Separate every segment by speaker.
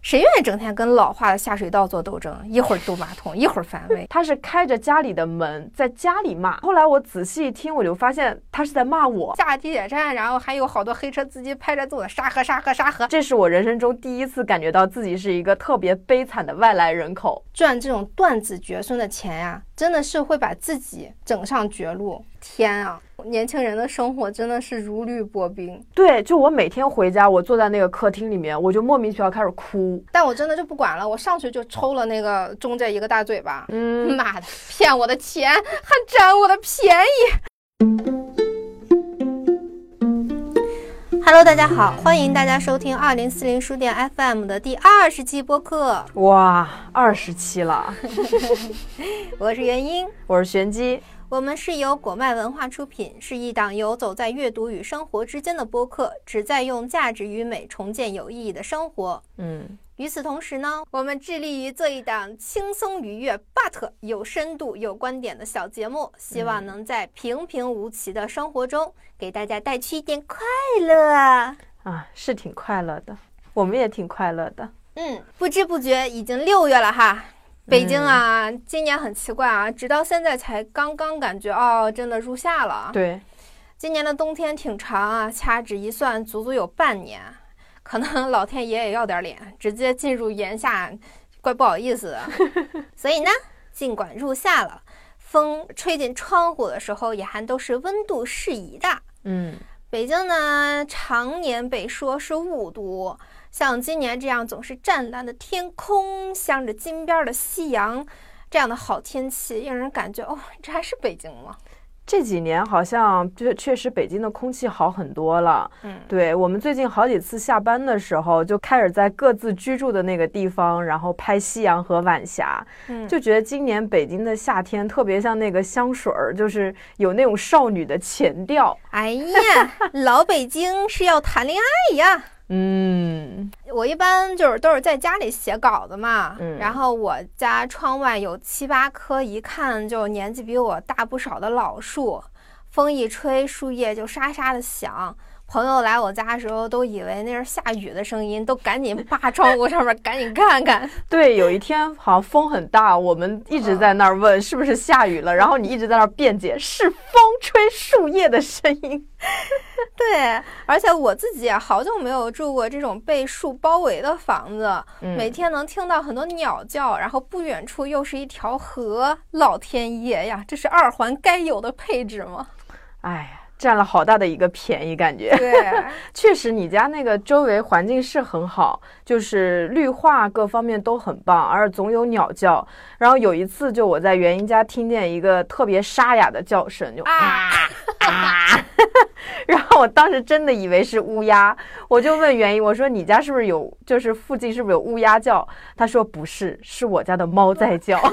Speaker 1: 谁愿意整天跟老化的下水道做斗争？一会儿堵马桶，一 会儿反胃。
Speaker 2: 他是开着家里的门，在家里骂。后来我仔细一听，我就发现他是在骂我。
Speaker 1: 下地铁站，然后还有好多黑车司机拍着肚子沙河沙河沙河，
Speaker 2: 这是我人生中第一次感觉到自己是一个特别悲惨的外来人口。
Speaker 1: 赚这种断子绝孙的钱呀、真的是会把自己整上绝路。天啊，年轻人的生活真的是如履薄冰。
Speaker 2: 对，就我每天回家，我坐在那个客厅里面，我就莫名其妙开始哭。
Speaker 1: 但我真的就不管了，我上去就抽了那个中介一个大嘴巴。
Speaker 2: 嗯，
Speaker 1: 妈的，骗我的钱，还占我的便宜。Hello，大家好，欢迎大家收听二零四零书店 FM 的第二十期播客，
Speaker 2: 哇，二十期了，
Speaker 1: 我是元英。
Speaker 2: 我是玄机。
Speaker 1: 我们是由果麦文化出品，是一档游走在阅读与生活之间的播客，旨在用价值与美重建有意义的生活。
Speaker 2: 嗯，
Speaker 1: 与此同时呢，我们致力于做一档轻松愉悦、but 有深度、有观点的小节目，希望能在平平无奇的生活中给大家带去一点快乐。
Speaker 2: 啊，是挺快乐的，我们也挺快乐的。
Speaker 1: 嗯，不知不觉已经六月了哈。北京啊，今年很奇怪啊，直到现在才刚刚感觉哦，真的入夏了啊。
Speaker 2: 对，
Speaker 1: 今年的冬天挺长啊，掐指一算，足足有半年。可能老天爷也要点脸，直接进入炎夏，怪不好意思的。 所以呢，尽管入夏了，风吹进窗户的时候也还都是温度适宜的。
Speaker 2: 嗯，
Speaker 1: 北京呢，常年被说是雾都，像今年这样总是湛蓝的天空，镶着金边的夕阳，这样的好天气，让人感觉哦，这还是北京吗？
Speaker 2: 这几年好像确确实北京的空气好很多了。
Speaker 1: 嗯，
Speaker 2: 对我们最近好几次下班的时候，就开始在各自居住的那个地方，然后拍夕阳和晚霞，
Speaker 1: 嗯
Speaker 2: 就觉得今年北京的夏天特别像那个香水儿，就是有那种少女的前调。
Speaker 1: 哎呀，老北京是要谈恋爱呀！
Speaker 2: 嗯，
Speaker 1: 我一般就是都是在家里写稿子嘛，
Speaker 2: 嗯
Speaker 1: 然后我家窗外有七八棵一看就年纪比我大不少的老树，风一吹，树叶就沙沙的响。朋友来我家的时候都以为那是下雨的声音，都赶紧扒窗户上面赶紧看看。
Speaker 2: 对，有一天好像风很大，我们一直在那儿问是不是下雨了，然后你一直在那儿辩解是风吹树叶的声音。
Speaker 1: 对，而且我自己也好久没有住过这种被树包围的房子，每
Speaker 2: 嗯，
Speaker 1: 天能听到很多鸟叫，然后不远处又是一条河，老天爷呀，这是二环该有的配置吗？
Speaker 2: 哎呀，占了好大的一个便宜，感觉。
Speaker 1: 对，
Speaker 2: 确实，你家那个周围环境是很好，就是绿化各方面都很棒，而总有鸟叫。然后有一次，就我在袁英家听见一个特别沙哑的叫声，就
Speaker 1: 啊，
Speaker 2: 啊，然后我当时真的以为是乌鸦，我就问袁英，我说你家是不是有，就是附近是不是有乌鸦叫？他说不是，是我家的猫在叫。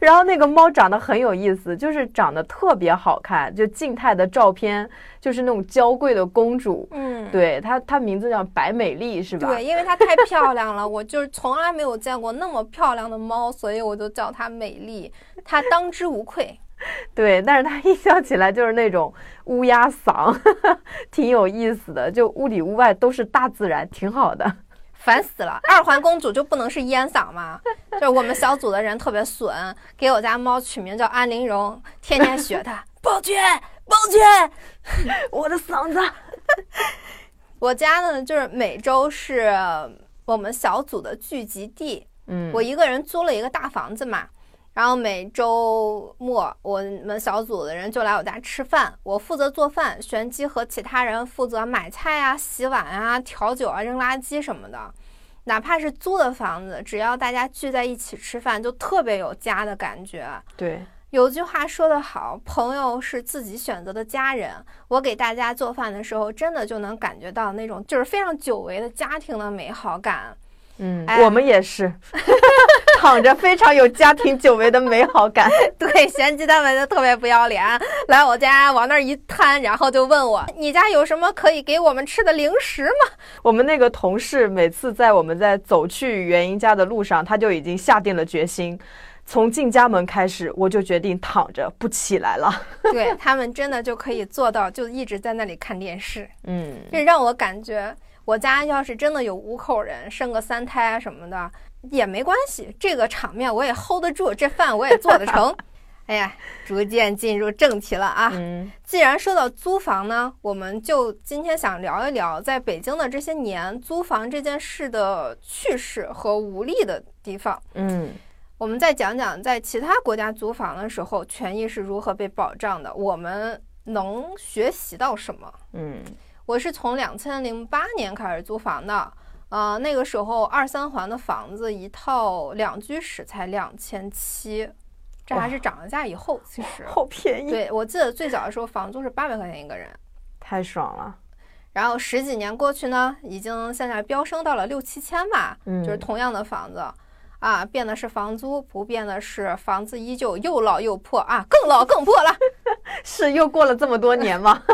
Speaker 2: 然后那个猫长得很有意思，就是长得特别好看，就静态的照片，就是那种娇贵的公主。
Speaker 1: 嗯，
Speaker 2: 对它，它名字叫白美丽，是吧？
Speaker 1: 对，因为它太漂亮了，我就是从来没有见过那么漂亮的猫，所以我就叫它美丽，它当之无愧。
Speaker 2: 对，但是它一叫起来就是那种乌鸦嗓， 挺有意思的。就屋里屋外都是大自然，挺好的。
Speaker 1: 烦死了！二环公主就不能是烟嗓吗？就是我们小组的人特别损，给我家猫取名叫安陵容，天天学 它，宝娟，宝娟，
Speaker 2: 我的嗓子，
Speaker 1: 我家呢，就是每周是我们小组的聚集地。
Speaker 2: 嗯，
Speaker 1: 我一个人租了一个大房子嘛，然后每周末我们小组的人就来我家吃饭，我负责做饭，玄机和其他人负责买菜啊、洗碗啊、调酒啊、扔垃圾什么的。哪怕是租的房子，只要大家聚在一起吃饭，就特别有家的感觉。
Speaker 2: 对，
Speaker 1: 有句话说得好，朋友是自己选择的家人。我给大家做饭的时候，真的就能感觉到那种就是非常久违的家庭的美好感。
Speaker 2: 嗯，
Speaker 1: 哎
Speaker 2: 我们也是， 躺着非常有家庭久违的美好感。
Speaker 1: 对，嫌弃他们就特别不要脸，来我家往那儿一摊，然后就问我：“你家有什么可以给我们吃的零食吗
Speaker 2: 我们那个同事每次在我们在走去袁英家的路上，他就已经下定了决心，从进家门开始，我就决定躺着不起来了。？”
Speaker 1: 对他们真的就可以做到，就一直在那里看电视，
Speaker 2: 嗯，
Speaker 1: 这让我感觉。国家要是真的有五口人，生个三胎啊什么的也没关系，这个场面我也 hold 得住，这饭我也做得成。 哎呀，逐渐进入正题了啊。
Speaker 2: 嗯
Speaker 1: 既然说到租房呢，我们就今天想聊一聊在北京的这些年租房这件事的趣事和无力的地方。
Speaker 2: 嗯
Speaker 1: 我们再讲讲在其他国家租房的时候，权益是如何被保障的，我们能学习到什么？
Speaker 2: 嗯
Speaker 1: 我是从两千零八年开始租房的，呃，那个时候二三环的房子一套两居室才两千七，这还是涨了价以后，其 实。
Speaker 2: 好便宜，
Speaker 1: 对，我记得最早的时候房租是八百块钱一个人，
Speaker 2: 太爽了。
Speaker 1: 然后十几年过去呢，已经现在飙升到了六七千吧，
Speaker 2: 嗯，
Speaker 1: 就是同样的房子。啊，变的是房租，不变的是房子依旧又老又破啊，更老更破了。
Speaker 2: 是又过了这么多年嘛。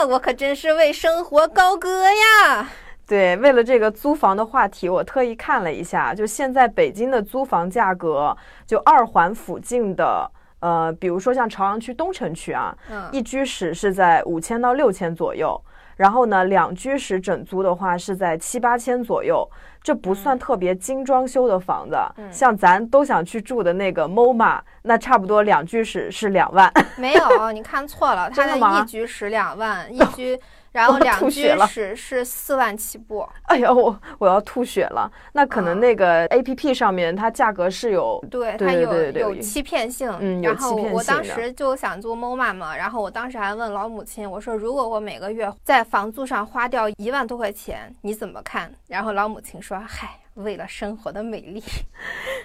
Speaker 1: 啊，我可真是为生活高歌呀！
Speaker 2: 对，为了这个租房的话题，我特意看了一下，就现在北京的租房价格，就二环附近的，呃，比如说像朝阳区东城区啊，
Speaker 1: 嗯，
Speaker 2: 一居室是在五千到六千左右，然后呢，两居室整租的话是在七八千左右，这不算特别精装修的房子，
Speaker 1: 嗯
Speaker 2: 像咱都想去住的那个 MoMA，那差不多两居室是两万，
Speaker 1: 没有，你看错 了，它
Speaker 2: 真的吗
Speaker 1: 的一居室两万，一居， 然后
Speaker 2: 我
Speaker 1: 两
Speaker 2: 吐血
Speaker 1: 居
Speaker 2: 了
Speaker 1: 室是四万起步。
Speaker 2: 哎呀，我我要吐血了，那可能
Speaker 1: 啊
Speaker 2: 那个 A P P 上面它价格是有
Speaker 1: 对，
Speaker 2: 对
Speaker 1: 它
Speaker 2: 对
Speaker 1: 有
Speaker 2: 对对
Speaker 1: 有
Speaker 2: 有
Speaker 1: 欺骗性。
Speaker 2: 嗯有
Speaker 1: 然后
Speaker 2: 欺骗
Speaker 1: 我当
Speaker 2: 性的
Speaker 1: 时就想做 MoMA 嘛，然后我当时还问老母亲，我说如果我每个月在房租上花掉一万多块钱，你怎么看？然后老母亲说，嗨，为了生活的美 丽。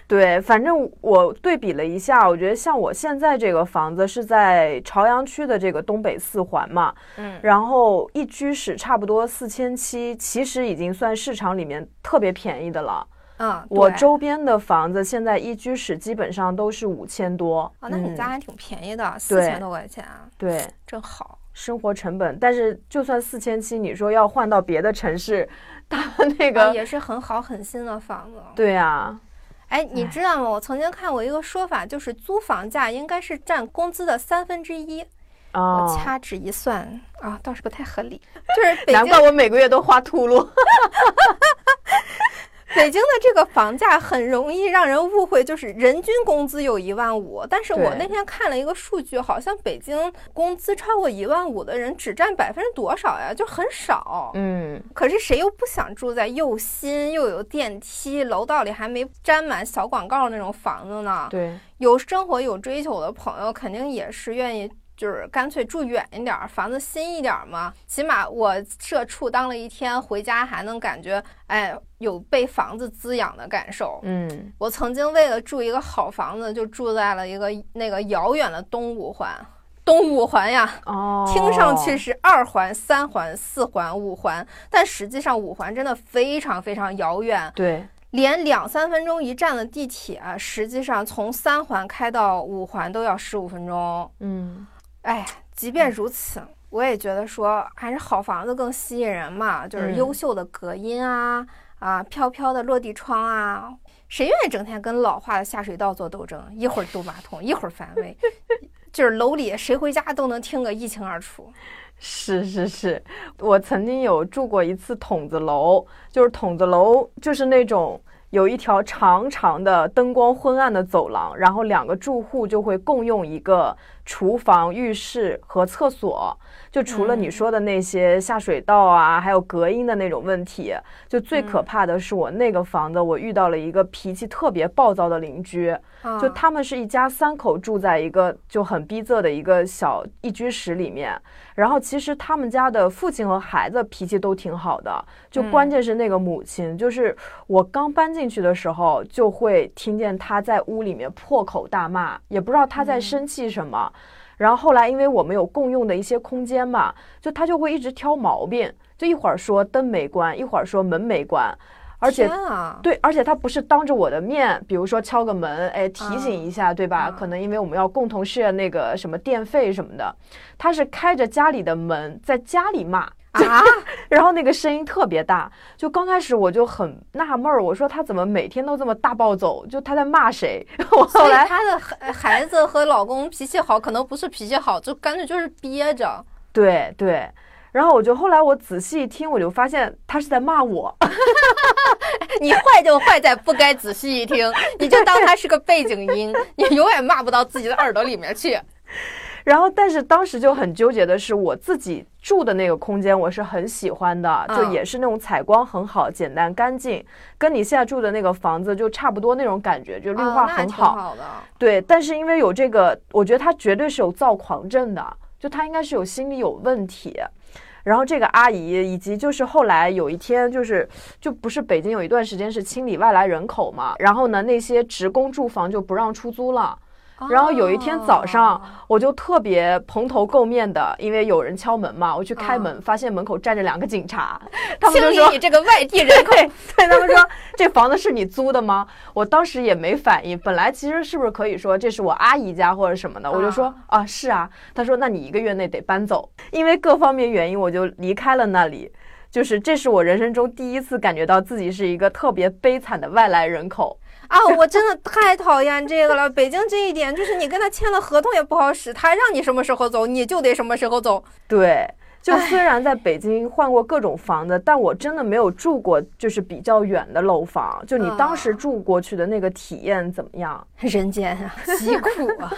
Speaker 2: 对，反正我对比了一下，我觉得像我现在这个房子是在朝阳区的这个东北四环嘛，
Speaker 1: 嗯
Speaker 2: 然后一居室差不多四千七，其实已经算市场里面特别便宜的了。
Speaker 1: 嗯，
Speaker 2: 我
Speaker 1: 对
Speaker 2: 周边的房子现在一居室基本上都是五千多，
Speaker 1: 啊，那你
Speaker 2: 嗯
Speaker 1: 家还挺便宜的，四
Speaker 2: 对
Speaker 1: 千多块钱啊，
Speaker 2: 对
Speaker 1: 真好。
Speaker 2: 生活成本，但是就算四千七，你说要换到别的城市， 它那
Speaker 1: 啊，
Speaker 2: 个
Speaker 1: 也是很好很新的房子。
Speaker 2: 对啊，
Speaker 1: 哎，你知道吗？我曾经看过一个说法，就是租房价应该是占工资的三分之一。我
Speaker 2: 啊，
Speaker 1: 掐指一算啊，倒是不太合 理。就是北
Speaker 2: 难
Speaker 1: 京
Speaker 2: 怪我每个月都花秃噜。
Speaker 1: 北京的这个房价很容易让人误会，就是人均工资有一万五，但是我
Speaker 2: 对
Speaker 1: 那天看了一个数据，好像北京工资超过一万五的人只占百分之多少呀？就很少。
Speaker 2: 嗯，
Speaker 1: 可是谁又不想住在又新又有电梯、楼道里还没沾满小广告那种房子呢？
Speaker 2: 对。
Speaker 1: 有生活有追求的朋友，肯定也是愿意。就是干脆住远一点儿，房子新一点儿嘛，起码我社畜当了一天，回家还能感觉，哎，有被房子滋养的感受。
Speaker 2: 嗯，
Speaker 1: 我曾经为了住一个好房子，就住在了一个那个遥远的东五环。东五环呀，
Speaker 2: 哦，
Speaker 1: 听上去是二环、三环、四环、五环，但实际上五环真的非常非常遥远，
Speaker 2: 对，
Speaker 1: 连两三分钟一站的地铁，实际上从三环开到五环都要十五分钟。
Speaker 2: 嗯，
Speaker 1: 哎，即便如此，我也觉得说还是好房子更吸引人嘛，就是
Speaker 2: 嗯
Speaker 1: 优秀的隔音啊，啊，飘飘的落地窗啊。谁愿意整天跟老化的下水道做斗争？一会儿堵马桶，一会儿反胃， 就是楼里谁回家都能听个一清二楚。
Speaker 2: 是是是，我曾经有住过一次筒子楼，就是筒子楼，就是那种有一条长长的灯光昏暗的走廊，然后两个住户就会共用一个厨房、浴室和厕所。就除了你
Speaker 1: 嗯
Speaker 2: 说的那些下水道啊，还有隔音的那种问题，就最可怕的是我那个房子，我遇到了一个脾气特别暴躁的邻居。
Speaker 1: 啊、
Speaker 2: 就他们是一家三口住在一个就很逼仄的一个小一居室里面，然后其实他们家的父亲和孩子脾气都挺好的，就关
Speaker 1: 嗯
Speaker 2: 键是那个母亲，就是我刚搬进去的时候就会听见她在屋里面破口大骂，也不知道她在生气什么。然后后来，因为我们有共用的一些空间嘛，就她就会一直挑毛病，就一会儿说灯没关，一会儿说门没关，而且
Speaker 1: 天啊，
Speaker 2: 对，而且他不是当着我的面，比如说敲个门，哎，提醒一下，对吧？
Speaker 1: 嗯
Speaker 2: 可能因为我们要共同 share 那个什么电费什么的，他是开着家里的门在家里骂，
Speaker 1: 啊，
Speaker 2: 然后那个声音特别大。就刚开始我就很纳闷儿，我说他怎么每天都这么大暴走？就他在骂谁？ 我
Speaker 1: 所
Speaker 2: 后
Speaker 1: 以
Speaker 2: 来
Speaker 1: 他的孩孩子和老公脾气好，可能不是脾气好，就干脆就是憋着。
Speaker 2: 对对。然后我就后来我仔细一听，我就发现他是在骂我。
Speaker 1: 你坏就坏在不该仔细一 听，你就当它是个背景音， 你永远骂不到自己的耳朵里面去。
Speaker 2: 然后，但是当时就很纠结的是，我自己住的那个空间我是很喜欢的，就
Speaker 1: 嗯
Speaker 2: 也是那种采光很好、简单干净，跟你现在住的那个房子就差不多那种感觉，就绿化
Speaker 1: 哦那还
Speaker 2: 很
Speaker 1: 挺
Speaker 2: 好。
Speaker 1: 好的。
Speaker 2: 对，但是因为有这个，我觉得他绝对是有躁狂症的，就他应该是有心理有问题。然后这个阿姨，以及就是后来有一天，就是就不是北京有一段时间是清理外来人口嘛，然后呢，那些职工住房就不让出租了。然后有一天早上
Speaker 1: 哦，
Speaker 2: 我就特别蓬头垢面的，因为有人敲门嘛，我去开
Speaker 1: 嗯
Speaker 2: 门，发现门口站着两个 警察，他们
Speaker 1: 清
Speaker 2: 就
Speaker 1: 理
Speaker 2: 说
Speaker 1: 你这个外地人口，
Speaker 2: 对对，他们说这房子是你租的吗？我当时也没反应，本来其实是不是可以说这是我阿姨家或者什么的，我就说啊是啊，他说那你一个月内得搬走，因为各方面原因我就离开了那里。就是这是我人生中第一次感觉到自己是一个特别悲惨的外来人口，
Speaker 1: 啊，我真的太讨厌这个了。北京这一点就是，你跟他签了合同也不好使，他让你什么时候走，你就得什么时候走。
Speaker 2: 对。就
Speaker 1: 唉
Speaker 2: 虽然在北京换过各种房子，但我真的没有住过就是比较远的楼房。就你当时
Speaker 1: 嗯
Speaker 2: 住过去的那个体验怎么样？
Speaker 1: 人间 啊，疾苦啊！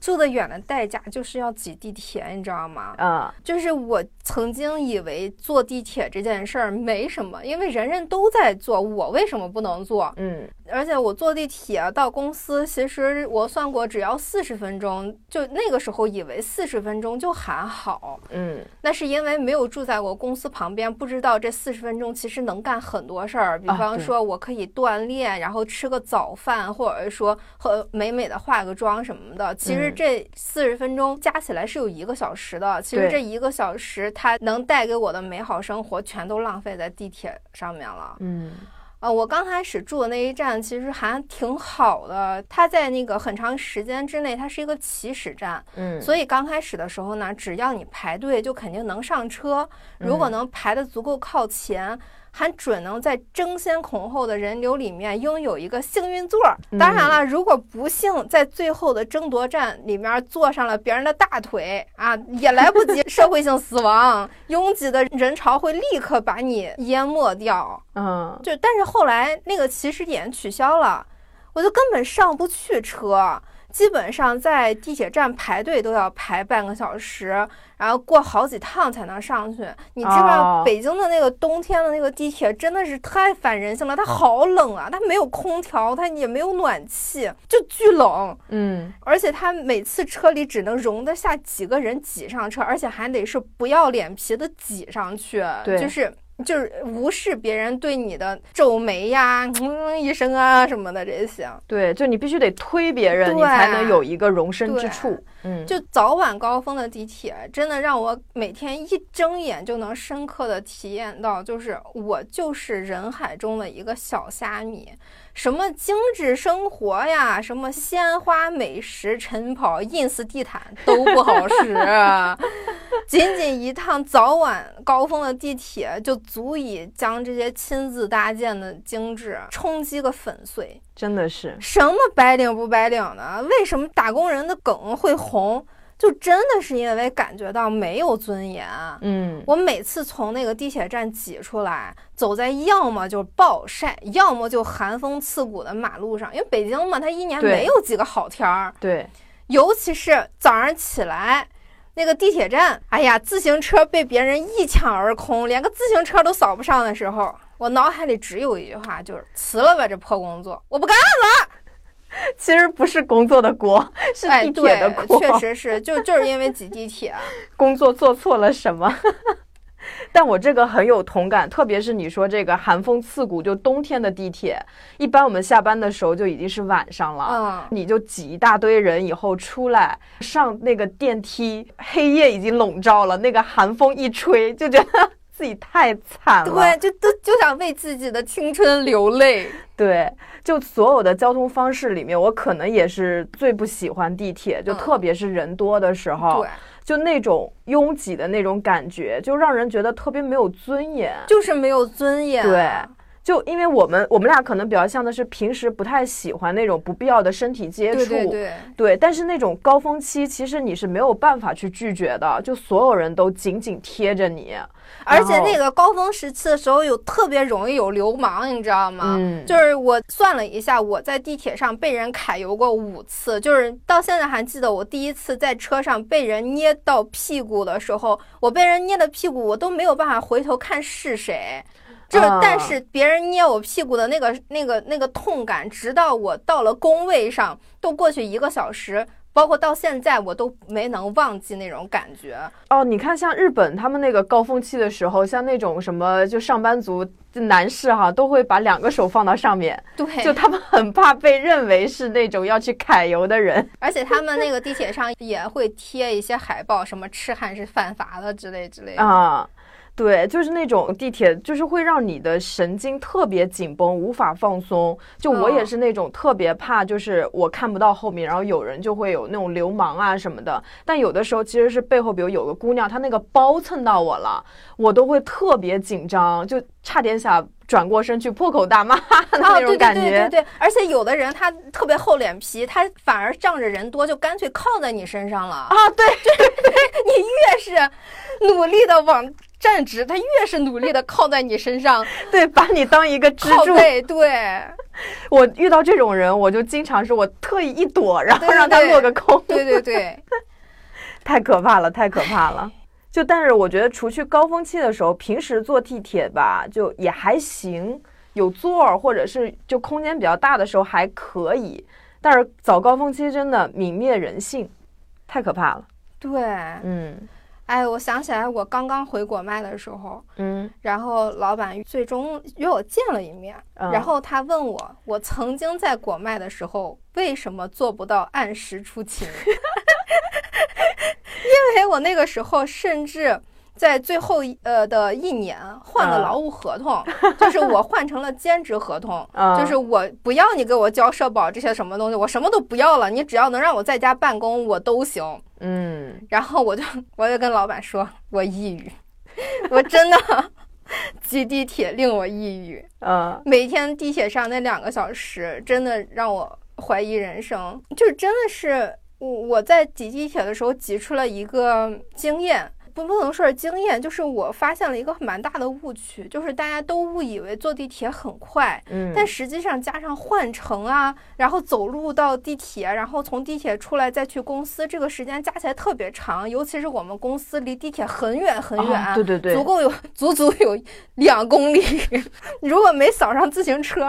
Speaker 1: 住得远的代价就是要挤地铁，你知道吗？
Speaker 2: 嗯，
Speaker 1: 就是我曾经以为坐地铁这件事儿没什么，因为人人都在坐，我为什么不能坐？
Speaker 2: 嗯，
Speaker 1: 而且我坐地铁到公司，其实我算过，只要四十分钟，就那个时候以为四十分钟就还好。
Speaker 2: 嗯，
Speaker 1: 那是因为没有住在我公司旁边，不知道这四十分钟其实能干很多事儿。比
Speaker 2: 啊
Speaker 1: 方
Speaker 2: 对
Speaker 1: 说，我可以锻炼，然后吃个早饭，或者说和美美的化个妆什么的。其实
Speaker 2: 嗯
Speaker 1: 这四十分钟加起来是有一个小时的。其实
Speaker 2: 对
Speaker 1: 这一个小时，它能带给我的美好生活，全都浪费在地铁上面了。
Speaker 2: 嗯，
Speaker 1: 呃，我刚开始住的那一站其实还挺好的，它在那个很长时间之内，它是一个起始站。
Speaker 2: 嗯，
Speaker 1: 所以刚开始的时候呢，只要你排队，就肯定能上车。如果
Speaker 2: 嗯
Speaker 1: 能排得足够靠前，还准能在争先恐后的人流里面拥有一个幸运座儿。
Speaker 2: 嗯
Speaker 1: 当然了，如果不幸在最后的争夺战里面坐上了别人的大腿啊，也来不及社会性死亡，拥挤的人潮会立刻把你淹没掉。
Speaker 2: 嗯
Speaker 1: 就但是后来那个起始点取消了，我就根本上不去车，基本上在地铁站排队都要排半个小时，然后过好几趟才能上去。你知
Speaker 2: 哦
Speaker 1: 道北京的那个冬天的那个地铁真的是太反人性了，
Speaker 2: 嗯
Speaker 1: 它好冷啊，它没有空调，它也没有暖气，就巨冷。
Speaker 2: 嗯
Speaker 1: 而且它每次车里只能容得下几个人挤上车，而且还得是不要脸皮的挤上去，
Speaker 2: 对
Speaker 1: 就是就是无视别人对你的皱眉呀、嗯一声啊什么的这些，，
Speaker 2: 对，就你必须得推别人，你
Speaker 1: 对
Speaker 2: 才能有一个容身之
Speaker 1: 对
Speaker 2: 处。嗯，
Speaker 1: 就早晚高峰的地铁，真的让我每天一睁眼就能深刻的体验到，就是我就是人海中的一个小虾米。什么精致生活呀，什么鲜花、美食、晨跑、ins 地毯都不好使、啊仅仅一趟早晚高峰的地铁，就足以将这些亲自搭建的精致冲击个粉碎。
Speaker 2: 真的是，
Speaker 1: 什么白领不白领的？为什么打工人的梗会红？就真的是因为感觉到没有尊严。
Speaker 2: 嗯，
Speaker 1: 我每次从那个地铁站挤出来，走在要么就暴晒，要么就寒风刺骨的马路上，因为北京嘛，它一年
Speaker 2: 对
Speaker 1: 没有几个好天儿。
Speaker 2: 对，
Speaker 1: 尤其是早上起来，那个地铁站，哎呀，自行车被别人一抢而空，连个自行车都扫不上的时候，我脑海里只有一句话，就是辞了吧这破工作，我不干。
Speaker 2: 其实不是工作的锅，是
Speaker 1: 哎，
Speaker 2: 地铁的
Speaker 1: 对
Speaker 2: 锅，
Speaker 1: 确实是，就就是因为挤地 铁，啊
Speaker 2: 工作做错了什么。 但我这个很有同感，特别是你说这个寒风刺骨，就冬天的地铁，一般我们下班的时候就已经是晚上了，
Speaker 1: 嗯，
Speaker 2: 你就挤一大堆人以后出来上那个电梯，黑夜已经笼罩了，那个寒风一吹，就觉得自己太惨了。
Speaker 1: 嗯对，就都就想为自己的青春流泪。
Speaker 2: 对，就所有的交通方式里面，我可能也是最不喜欢地铁，就
Speaker 1: 嗯
Speaker 2: 特别是人多的时候，
Speaker 1: 对，
Speaker 2: 就那种拥挤的那种感觉，就让人觉得特别没有尊严。
Speaker 1: 就是没有尊严。
Speaker 2: 对就因为我们我们俩可能比较像的是平时不太喜欢那种不必要的身体接触，
Speaker 1: 对对对，
Speaker 2: 对，但是那种高峰期，其实你是没有办法去拒绝的，就所有人都紧紧贴着你，
Speaker 1: 而且
Speaker 2: 然后
Speaker 1: 那个高峰时期的时候，有特别容易有流氓，你知道吗？
Speaker 2: 嗯
Speaker 1: 就是我算了一下，我在地铁上被人揩油过五次，就是到现在还记得我第一次在车上被人捏到屁股的时候，我被人捏的屁股，我都没有办法回头看是谁。就是
Speaker 2: 啊，
Speaker 1: 但是别人捏我屁股的那个、那个、那个痛感，直到我到了工位上，都过去一个小时，包括到现在，我都没能忘记那种感觉。
Speaker 2: 哦，你看，像日本他们那个高峰期的时候，像那种什么就上班族就男士哈，都会把两个手放到上面，
Speaker 1: 对，
Speaker 2: 就他们很怕被认为是那种要去揩油的人。
Speaker 1: 而且他们那个地铁上也会贴一些海报，什么痴汉是犯法的之类之类的。
Speaker 2: 啊。对，就是那种地铁，就是会让你的神经特别紧绷，无法放松。就我也
Speaker 1: 嗯
Speaker 2: 是那种特别怕，就是我看不到后面，然后有人就会有那种流氓啊什么的。但有的时候其实是背后，比如有个姑娘，她那个包蹭到我了，我都会特别紧张，就差点想转过身去破口大骂的
Speaker 1: 哦，
Speaker 2: 那
Speaker 1: 对
Speaker 2: 种
Speaker 1: 对
Speaker 2: 感
Speaker 1: 对对
Speaker 2: 觉。
Speaker 1: 对，而且有的人他特别厚脸皮，他反而仗着人多就干脆靠在你身上了。
Speaker 2: 啊，对，
Speaker 1: 越是努力的往站直，他越是努力的靠在你身上
Speaker 2: 对，把你当一个支
Speaker 1: 靠
Speaker 2: 柱。
Speaker 1: 背。对
Speaker 2: 我遇到这种人，我就经常是我特意一躲，然后
Speaker 1: 对对
Speaker 2: 让他
Speaker 1: 对
Speaker 2: 落个空。
Speaker 1: 对对对，
Speaker 2: 太可怕了，太可怕了。就但是我觉得，除去高峰期的时候，平时坐地铁吧，就也还行，有座儿或者是就空间比较大的时候还可以。但是早高峰期真的泯灭人性，太可怕了。
Speaker 1: 对，
Speaker 2: 嗯
Speaker 1: 哎，我想起来我刚刚回国麦的时候，
Speaker 2: 嗯，
Speaker 1: 然后老板最终约我见了一面，
Speaker 2: 嗯
Speaker 1: 然后他问我，我曾经在国麦的时候为什么做不到按时出 勤？因为我那个时候甚至在最后一呃的一年换了
Speaker 2: 嗯
Speaker 1: 劳务合同， 就是我换成了兼职合同，
Speaker 2: 嗯
Speaker 1: 就是我不要你给我交社保这些什么东西，我什么都不要了，你只要能让我在家办公，我都行。
Speaker 2: 嗯，
Speaker 1: 然后我就 我就跟老板说，我抑郁， 我真的 挤地铁令我抑郁，
Speaker 2: 呃，
Speaker 1: 每天地铁上那两个小时真的让我怀疑人生，就真的是我我在挤地铁的时候挤出了一个经验。不，不能说是经验，就是我发现了一个蛮大的误区，就是大家都误以为坐地铁很快，
Speaker 2: 嗯，
Speaker 1: 但实际上加上换乘啊，然后走路到地铁，然后从地铁出来再去公司，这个时间加起来特别长。尤其是我们公司离地铁很远很远，
Speaker 2: 啊对对对，
Speaker 1: 足够有 足足有两公里。 如果没扫上自行车，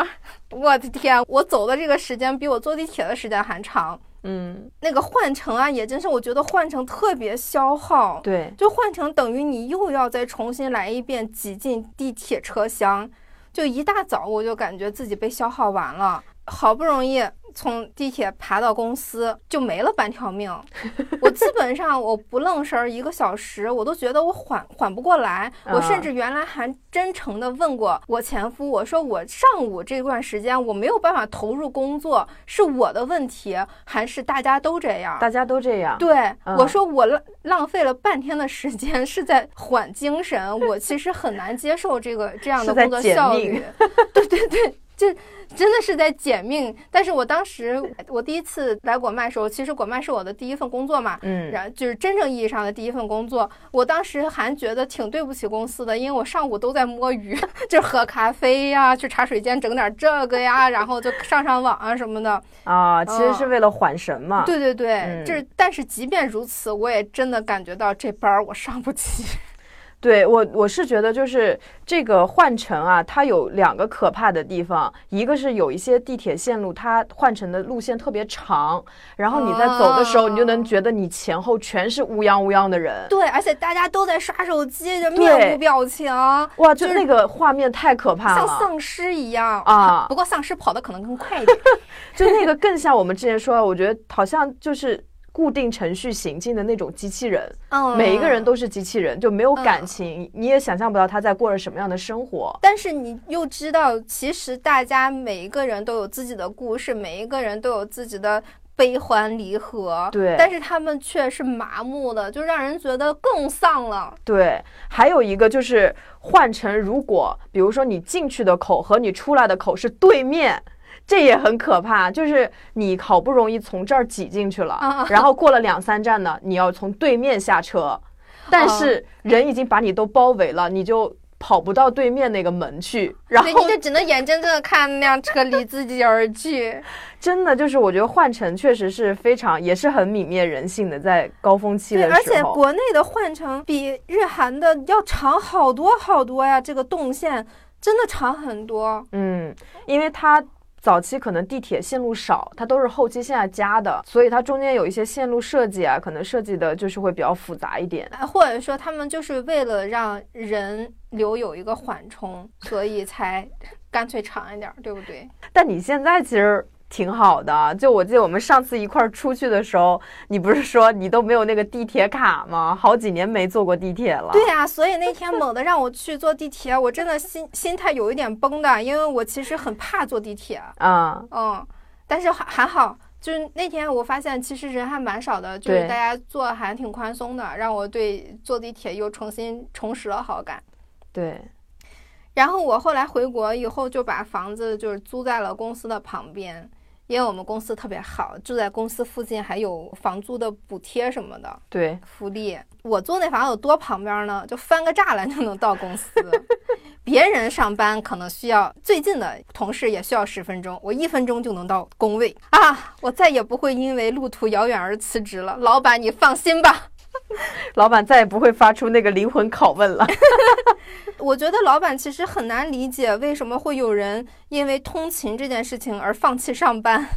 Speaker 1: 我的天，我走的这个时间比我坐地铁的时间还长。
Speaker 2: 嗯，
Speaker 1: 那个换乘啊，也真是我觉得换乘特别消耗。
Speaker 2: 对，
Speaker 1: 就换乘等于你又要再重新来一遍挤进地铁车厢，就一大早我就感觉自己被消耗完了，好不容易从地铁爬到公司就没了半条命，我基本上我不愣神儿一个小时，我都觉得我缓缓不过来，我甚
Speaker 2: 啊
Speaker 1: 至原来还真诚的问过我前夫，我说我上午这段时间我没有办法投入工作，是我的问题还是大家都这样？
Speaker 2: 大家都这样。
Speaker 1: 对，我
Speaker 2: 嗯
Speaker 1: 说我浪浪费了半天的时间是在缓精神，我其实很难接受这个这样
Speaker 2: 是
Speaker 1: 的
Speaker 2: 在
Speaker 1: 工作
Speaker 2: 减
Speaker 1: 效
Speaker 2: 命
Speaker 1: 率。对对对，这真的是在减命。但是我当时我第一次来果麦的时候，其实果麦是我的第一份工作嘛。
Speaker 2: 嗯，
Speaker 1: 然就是真正意义上的第一份工作，我当时还觉得挺对不起公司的，因为我上午都在摸鱼， 就是喝咖啡呀，去茶水间整点这个呀，然后就上上网啊什么的。
Speaker 2: 啊，其实
Speaker 1: 嗯
Speaker 2: 是为了缓神嘛。
Speaker 1: 对对对，
Speaker 2: 嗯
Speaker 1: 就是，但是即便如此，我也真的感觉到这班儿我上不起。
Speaker 2: 对我，我是觉得就是这个换乘啊，它有两个可怕的地方，一个是有一些地铁线路它换乘的路线特别长，然后你在走的时候，你就能
Speaker 1: 哦
Speaker 2: 觉得你前后全是乌泱乌泱的人，
Speaker 1: 对，而且大家都在刷手机，就
Speaker 2: 对
Speaker 1: 面无表情，
Speaker 2: 哇，就
Speaker 1: 就是
Speaker 2: 那个画面太可怕
Speaker 1: 像
Speaker 2: 了。
Speaker 1: 丧尸一样
Speaker 2: 啊
Speaker 1: 啊不过丧尸跑得可能更快一点。
Speaker 2: 就那个更像我们之前说的，我觉得好像就是固定程序行进的那种机器人，
Speaker 1: 嗯，
Speaker 2: 每一个人。都是机器人，就没有感
Speaker 1: 嗯
Speaker 2: 情，你也想象不到他在过着什么样的生活。
Speaker 1: 但是你又知道，其实大家每一个人都有自己的故事，每一个人都有自己的悲欢离合，
Speaker 2: 对
Speaker 1: 但是他们却是麻木的，就让人觉得更丧 了。
Speaker 2: 对，还有一个就是换成，如果比如说你进去的口和你出来的口是对面，这也很可怕。就是你好不容易从这儿挤进去了，
Speaker 1: 啊
Speaker 2: 然后过了两三站呢，你要从对面下车，但是人已经把你都包围了，你就跑不到对面那个门去。然
Speaker 1: 对，你
Speaker 2: 后
Speaker 1: 就只能眼睁睁的看那辆车离自己而去。
Speaker 2: 真的就是，我觉得换乘确实是非常也是很泯灭人性的，在高峰期的
Speaker 1: 对，
Speaker 2: 时候。
Speaker 1: 而且国内的换乘比日韩的要长好多好多呀，这个动线真的长很多。
Speaker 2: 嗯，因为它早期可能地铁线路少，它都是后期现在加的，所以它中间有一些线路设计啊，可能设计的就是会比较复杂一点。
Speaker 1: 呃或者说，他们就是为了让人流有一个缓冲，所以才 干脆长一点儿，对不对？
Speaker 2: 但你现在其实。挺好的，就我记得我们上次一块儿出去的时候，你不是说你都没有那个地铁卡吗？好几年没坐过地铁了。
Speaker 1: 对呀、所以那天猛地让我去坐地铁，我真的心心态有一点崩的，因为我其实很怕坐地铁，
Speaker 2: 啊、
Speaker 1: 嗯，但是还还好，就是那天我发现其实人还蛮少的，就是
Speaker 2: 对
Speaker 1: 大家坐还挺宽松的，让我对坐地铁又重新重拾了好感。
Speaker 2: 对，
Speaker 1: 然后我后来回国以后，就把房子就是租在了公司的旁边，因为我们公司特别好，住在公司附近还有房租的补贴什么的
Speaker 2: 对，
Speaker 1: 福利。我租那房有多旁边呢？就翻个栅栏就能到公司。 别人上班可能需要最近的同事也需要十分钟，我一分钟就能到工位啊！我再也不会因为路途遥远而辞职了。老板，你放心吧。
Speaker 2: 老板再也不会发出那个灵魂拷问了。
Speaker 1: 我觉得老板其实很难理解为什么会有人因为通勤这件事情而放弃上班。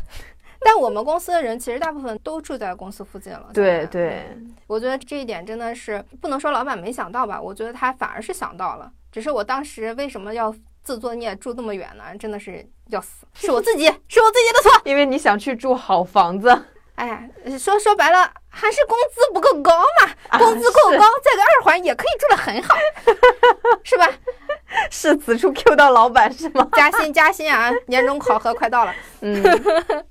Speaker 1: 但我们公司的人其实大部分都住在公司附近了。
Speaker 2: 对
Speaker 1: 现在，
Speaker 2: 对，
Speaker 1: 我觉得这一点真的是不能说老板没想到吧，我觉得他反而是想到了，只是我当时为什么要自作孽住那么远呢？真的是要死，是我自己，是我自己的错。
Speaker 2: 因为你想去住好房子，
Speaker 1: 哎呀，说说白了还是工资不够高嘛，
Speaker 2: 啊
Speaker 1: 工资够
Speaker 2: 是
Speaker 1: 高，在个二环也可以住得很好，是吧？
Speaker 2: 是此处 Q 到老板是吗？
Speaker 1: 加薪加薪啊！年终考核快到了。
Speaker 2: 嗯，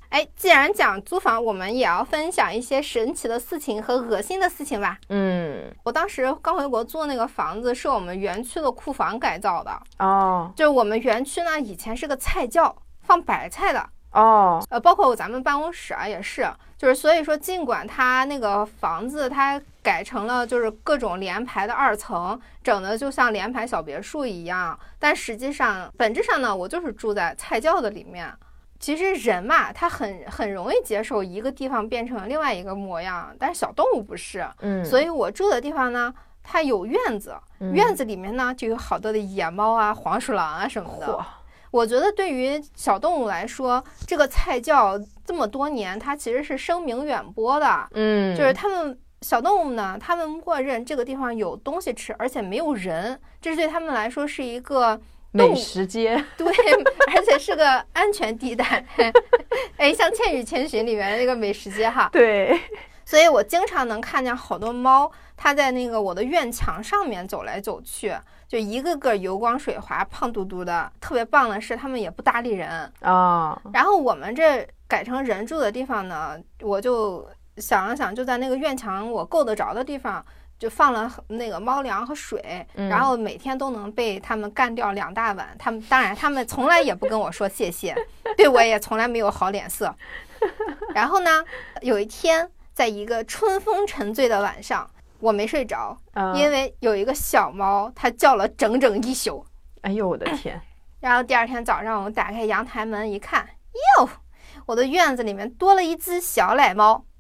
Speaker 1: 哎，既然讲租房，我们也要分享一些神奇的事情和恶心的事情吧。
Speaker 2: 嗯，
Speaker 1: 我当时刚回国租的那个房子是我们园区的库房改造的，
Speaker 2: 哦
Speaker 1: 就是我们园区呢以前是个菜窖，放白菜的，
Speaker 2: 哦，
Speaker 1: 呃，包括咱们办公室啊也是，就是所以说，尽管它那个房子它改成了就是各种联排的二层，整的就像联排小别墅一样，但实际上本质上呢，我就是住在菜窖的里面。其实人嘛，他很很容易接受一个地方变成另外一个模样，但是小动物不是，
Speaker 2: 嗯，
Speaker 1: 所以我住的地方呢，它有院子，
Speaker 2: 嗯
Speaker 1: 院子里面呢就有好多的野猫啊、黄鼠狼啊什么的。
Speaker 2: 嚯
Speaker 1: 我觉得对于小动物来说，这个菜窖这么多年，它其实是声名远播的，
Speaker 2: 嗯，
Speaker 1: 就是它们。小动物呢，它们默认这个地方有东西吃，而且没有人，这是对它们来说是一个
Speaker 2: 美食街，
Speaker 1: 对，而且是个安全地带。 哎，像《千与千寻》里面的那个美食街哈，
Speaker 2: 对，
Speaker 1: 所以我经常能看见好多猫，它在那个我的院墙上面走来走去，就一个个油光水滑、胖嘟嘟的。特别棒的是，它们也不搭理人。
Speaker 2: 啊，
Speaker 1: 然后我们这改成人住的地方呢，我就想了想，就在那个院墙我够得着的地方。就放了很那个猫粮和水，
Speaker 2: 嗯
Speaker 1: 然后每天都能被它们干掉两大碗。它们当然，它们从来也不跟我说谢谢， 对我也从来没有好脸色。然后呢，有一天，在一个春风沉醉的晚上，我没睡着，
Speaker 2: 啊
Speaker 1: 因为有一个小猫，它叫了整整一宿。
Speaker 2: 哎呦我的天，
Speaker 1: 然后第二天早上，我打开阳台门一看，哟，我的院子里面多了一只小奶猫。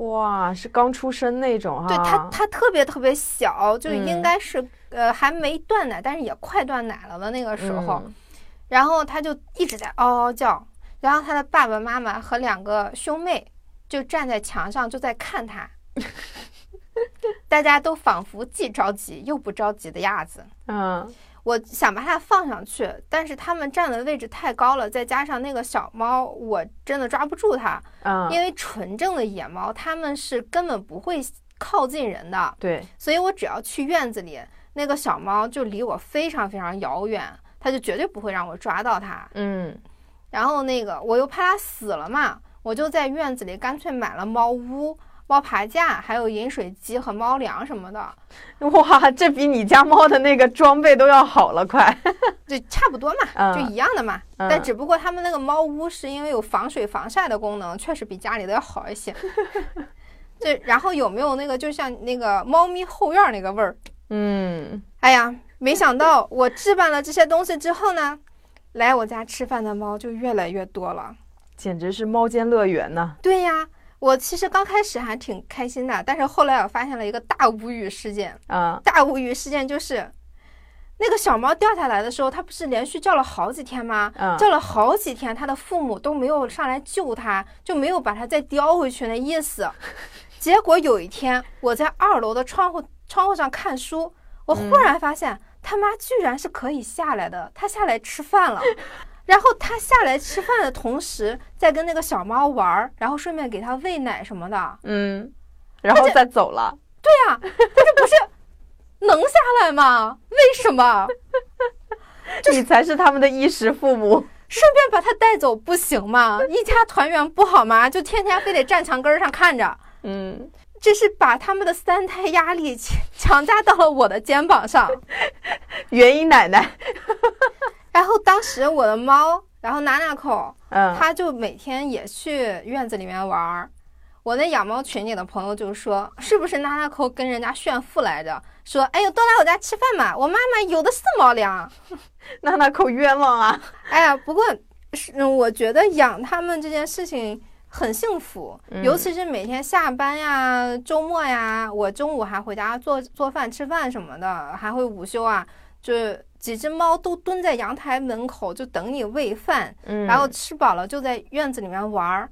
Speaker 2: 哇，是刚出生那种哈，
Speaker 1: 对它，它特别特别小，就
Speaker 2: 啊嗯
Speaker 1: 应该是、呃还没断奶，但是也快断奶了的那个时候。
Speaker 2: 嗯
Speaker 1: 然后它就一直在嗷嗷叫，然后它的爸爸妈妈和两个兄妹就站在墙上就在看 它，大家都仿佛既着急又不着急的样子。
Speaker 2: 嗯
Speaker 1: 我想把它放上去，但是他们站的位置太高了，再加上那个小猫，我真的抓不住它，
Speaker 2: 嗯，
Speaker 1: 因为纯正的野猫它们是根本不会靠近人的，
Speaker 2: 对，
Speaker 1: 所以我只要去院子里，那个小猫就离我非常非常遥远，它就绝对不会让我抓到它。
Speaker 2: 嗯
Speaker 1: 然后那个我又怕它死了嘛，我就在院子里干脆买了猫屋、猫爬架，还有饮水机和猫粮什么的，
Speaker 2: 哇，这比你家猫的那个装备都要好了，快！
Speaker 1: 就差不多嘛，
Speaker 2: 嗯
Speaker 1: 就一样的嘛。
Speaker 2: 嗯
Speaker 1: 但只不过他们那个猫屋是因为有防水防晒的功能，确实比家里的要好一些。对，然后有没有那个就像那个猫咪后院儿那个味儿？
Speaker 2: 嗯，
Speaker 1: 哎呀，没想到我置办了这些东西之后呢，来我家吃饭的猫就越来越多了。
Speaker 2: 简直是猫间乐园呐、
Speaker 1: 对呀，我其实刚开始还挺开心的，但是后来我发现了一个大无语事件。
Speaker 2: 啊！
Speaker 1: 大无语事件就是，那个小猫掉下来的时候，它不是连续叫了好几天吗？
Speaker 2: 嗯
Speaker 1: 叫了好几天，它的父母都没有上来救它，就没有把它再叼回去那意思。结果有一天，我在二楼的窗户窗户上看书，我忽然发现、他妈居然是可以下来的，它下来吃饭了。然后它下来吃饭的同时，在跟那个小猫玩儿，然后顺便给它喂奶什么的。
Speaker 2: 嗯，然后再走了。
Speaker 1: 能下来吗？为什么？
Speaker 2: 你才是他们的衣食父母。
Speaker 1: 顺便把它带走不行吗？一家团圆不好吗？就天天非得站墙根儿上看着，
Speaker 2: 嗯，
Speaker 1: 这是把他们的三胎压力强 强加到了我的肩膀上。
Speaker 2: 元婴奶奶。
Speaker 1: 然后当时我的猫，然后娜娜口，
Speaker 2: 嗯
Speaker 1: 它就每天也去院子里面玩儿。我那养猫群里的朋友就说，是不是娜娜口跟人家炫富来着？说，哎呦，多来我家吃饭嘛，我妈妈有的是猫粮。
Speaker 2: 娜娜口冤枉啊！
Speaker 1: 哎呀，不过是嗯我觉得养它们这件事情很幸福，
Speaker 2: 嗯
Speaker 1: 尤其是每天下班呀、周末呀，我中午还回家做做饭、吃饭什么的，还会午休啊，就是几只猫都蹲在阳台门口就等你喂饭，
Speaker 2: 嗯
Speaker 1: 然后吃饱了就在院子里面玩儿。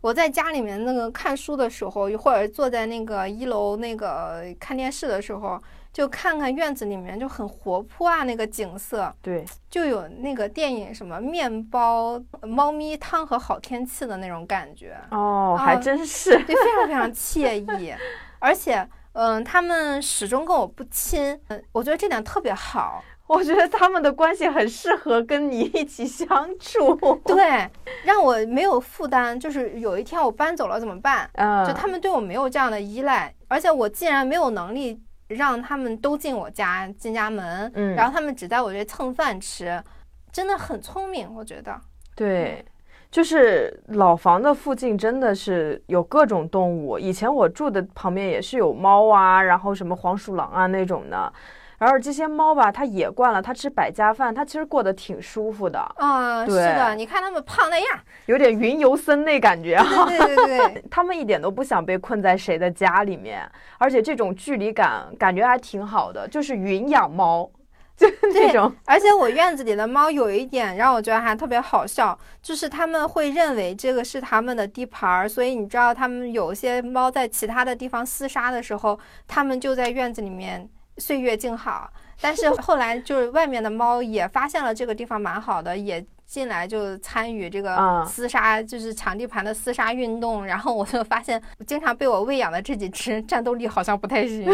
Speaker 1: 我在家里面那个看书的时候，或者坐在那个一楼那个看电视的时候，就看看院子里面就很活泼啊，那个景色。
Speaker 2: 对，
Speaker 1: 就有那个电影什么面包、猫咪汤和好天气的那种感觉，
Speaker 2: 哦，
Speaker 1: 啊
Speaker 2: 还真是。
Speaker 1: 对，非常非常惬意。而且，嗯，他们始终跟我不亲，嗯，我觉得这点特别好。
Speaker 2: 我觉得他们的关系很适合跟你一起相处。
Speaker 1: 对，让我没有负担，就是有一天我搬走了怎么办？
Speaker 2: 嗯，
Speaker 1: 就他们对我没有这样的依赖，而且我既然没有能力让他们都进我家进家门，
Speaker 2: 嗯
Speaker 1: 然后他们只在我这蹭饭吃，真的很聪明，我觉得。
Speaker 2: 对，就是老房的附近真的是有各种动物。以前我住的旁边也是有猫啊，然后什么黄鼠狼啊那种的。然后这些猫吧，它也惯了，它吃百家饭，它其实过得挺舒服的，
Speaker 1: 啊、是
Speaker 2: 对
Speaker 1: 的，你看他们胖那 样，
Speaker 2: 有点云游森那感觉啊。
Speaker 1: 对对对对。
Speaker 2: 他们一点都不想被困在谁的家里面，而且这种距离感感觉还挺好的，就是云养猫， 就是那
Speaker 1: 对
Speaker 2: 种
Speaker 1: 而且我院子里的猫有一点让我觉得还特别好笑，就是它们会认为这个是它们的地盘儿，所以你知道它们有些猫在其他的地方厮杀的时候，它们就在院子里面岁月静好。但是后来就是外面的猫也发现了这个地方蛮好的，也。进来就参与这个
Speaker 2: 啊
Speaker 1: 厮杀，就是抢地盘的厮杀运动。然后我就发现，经常被我喂养的这几只战斗力好像不太行。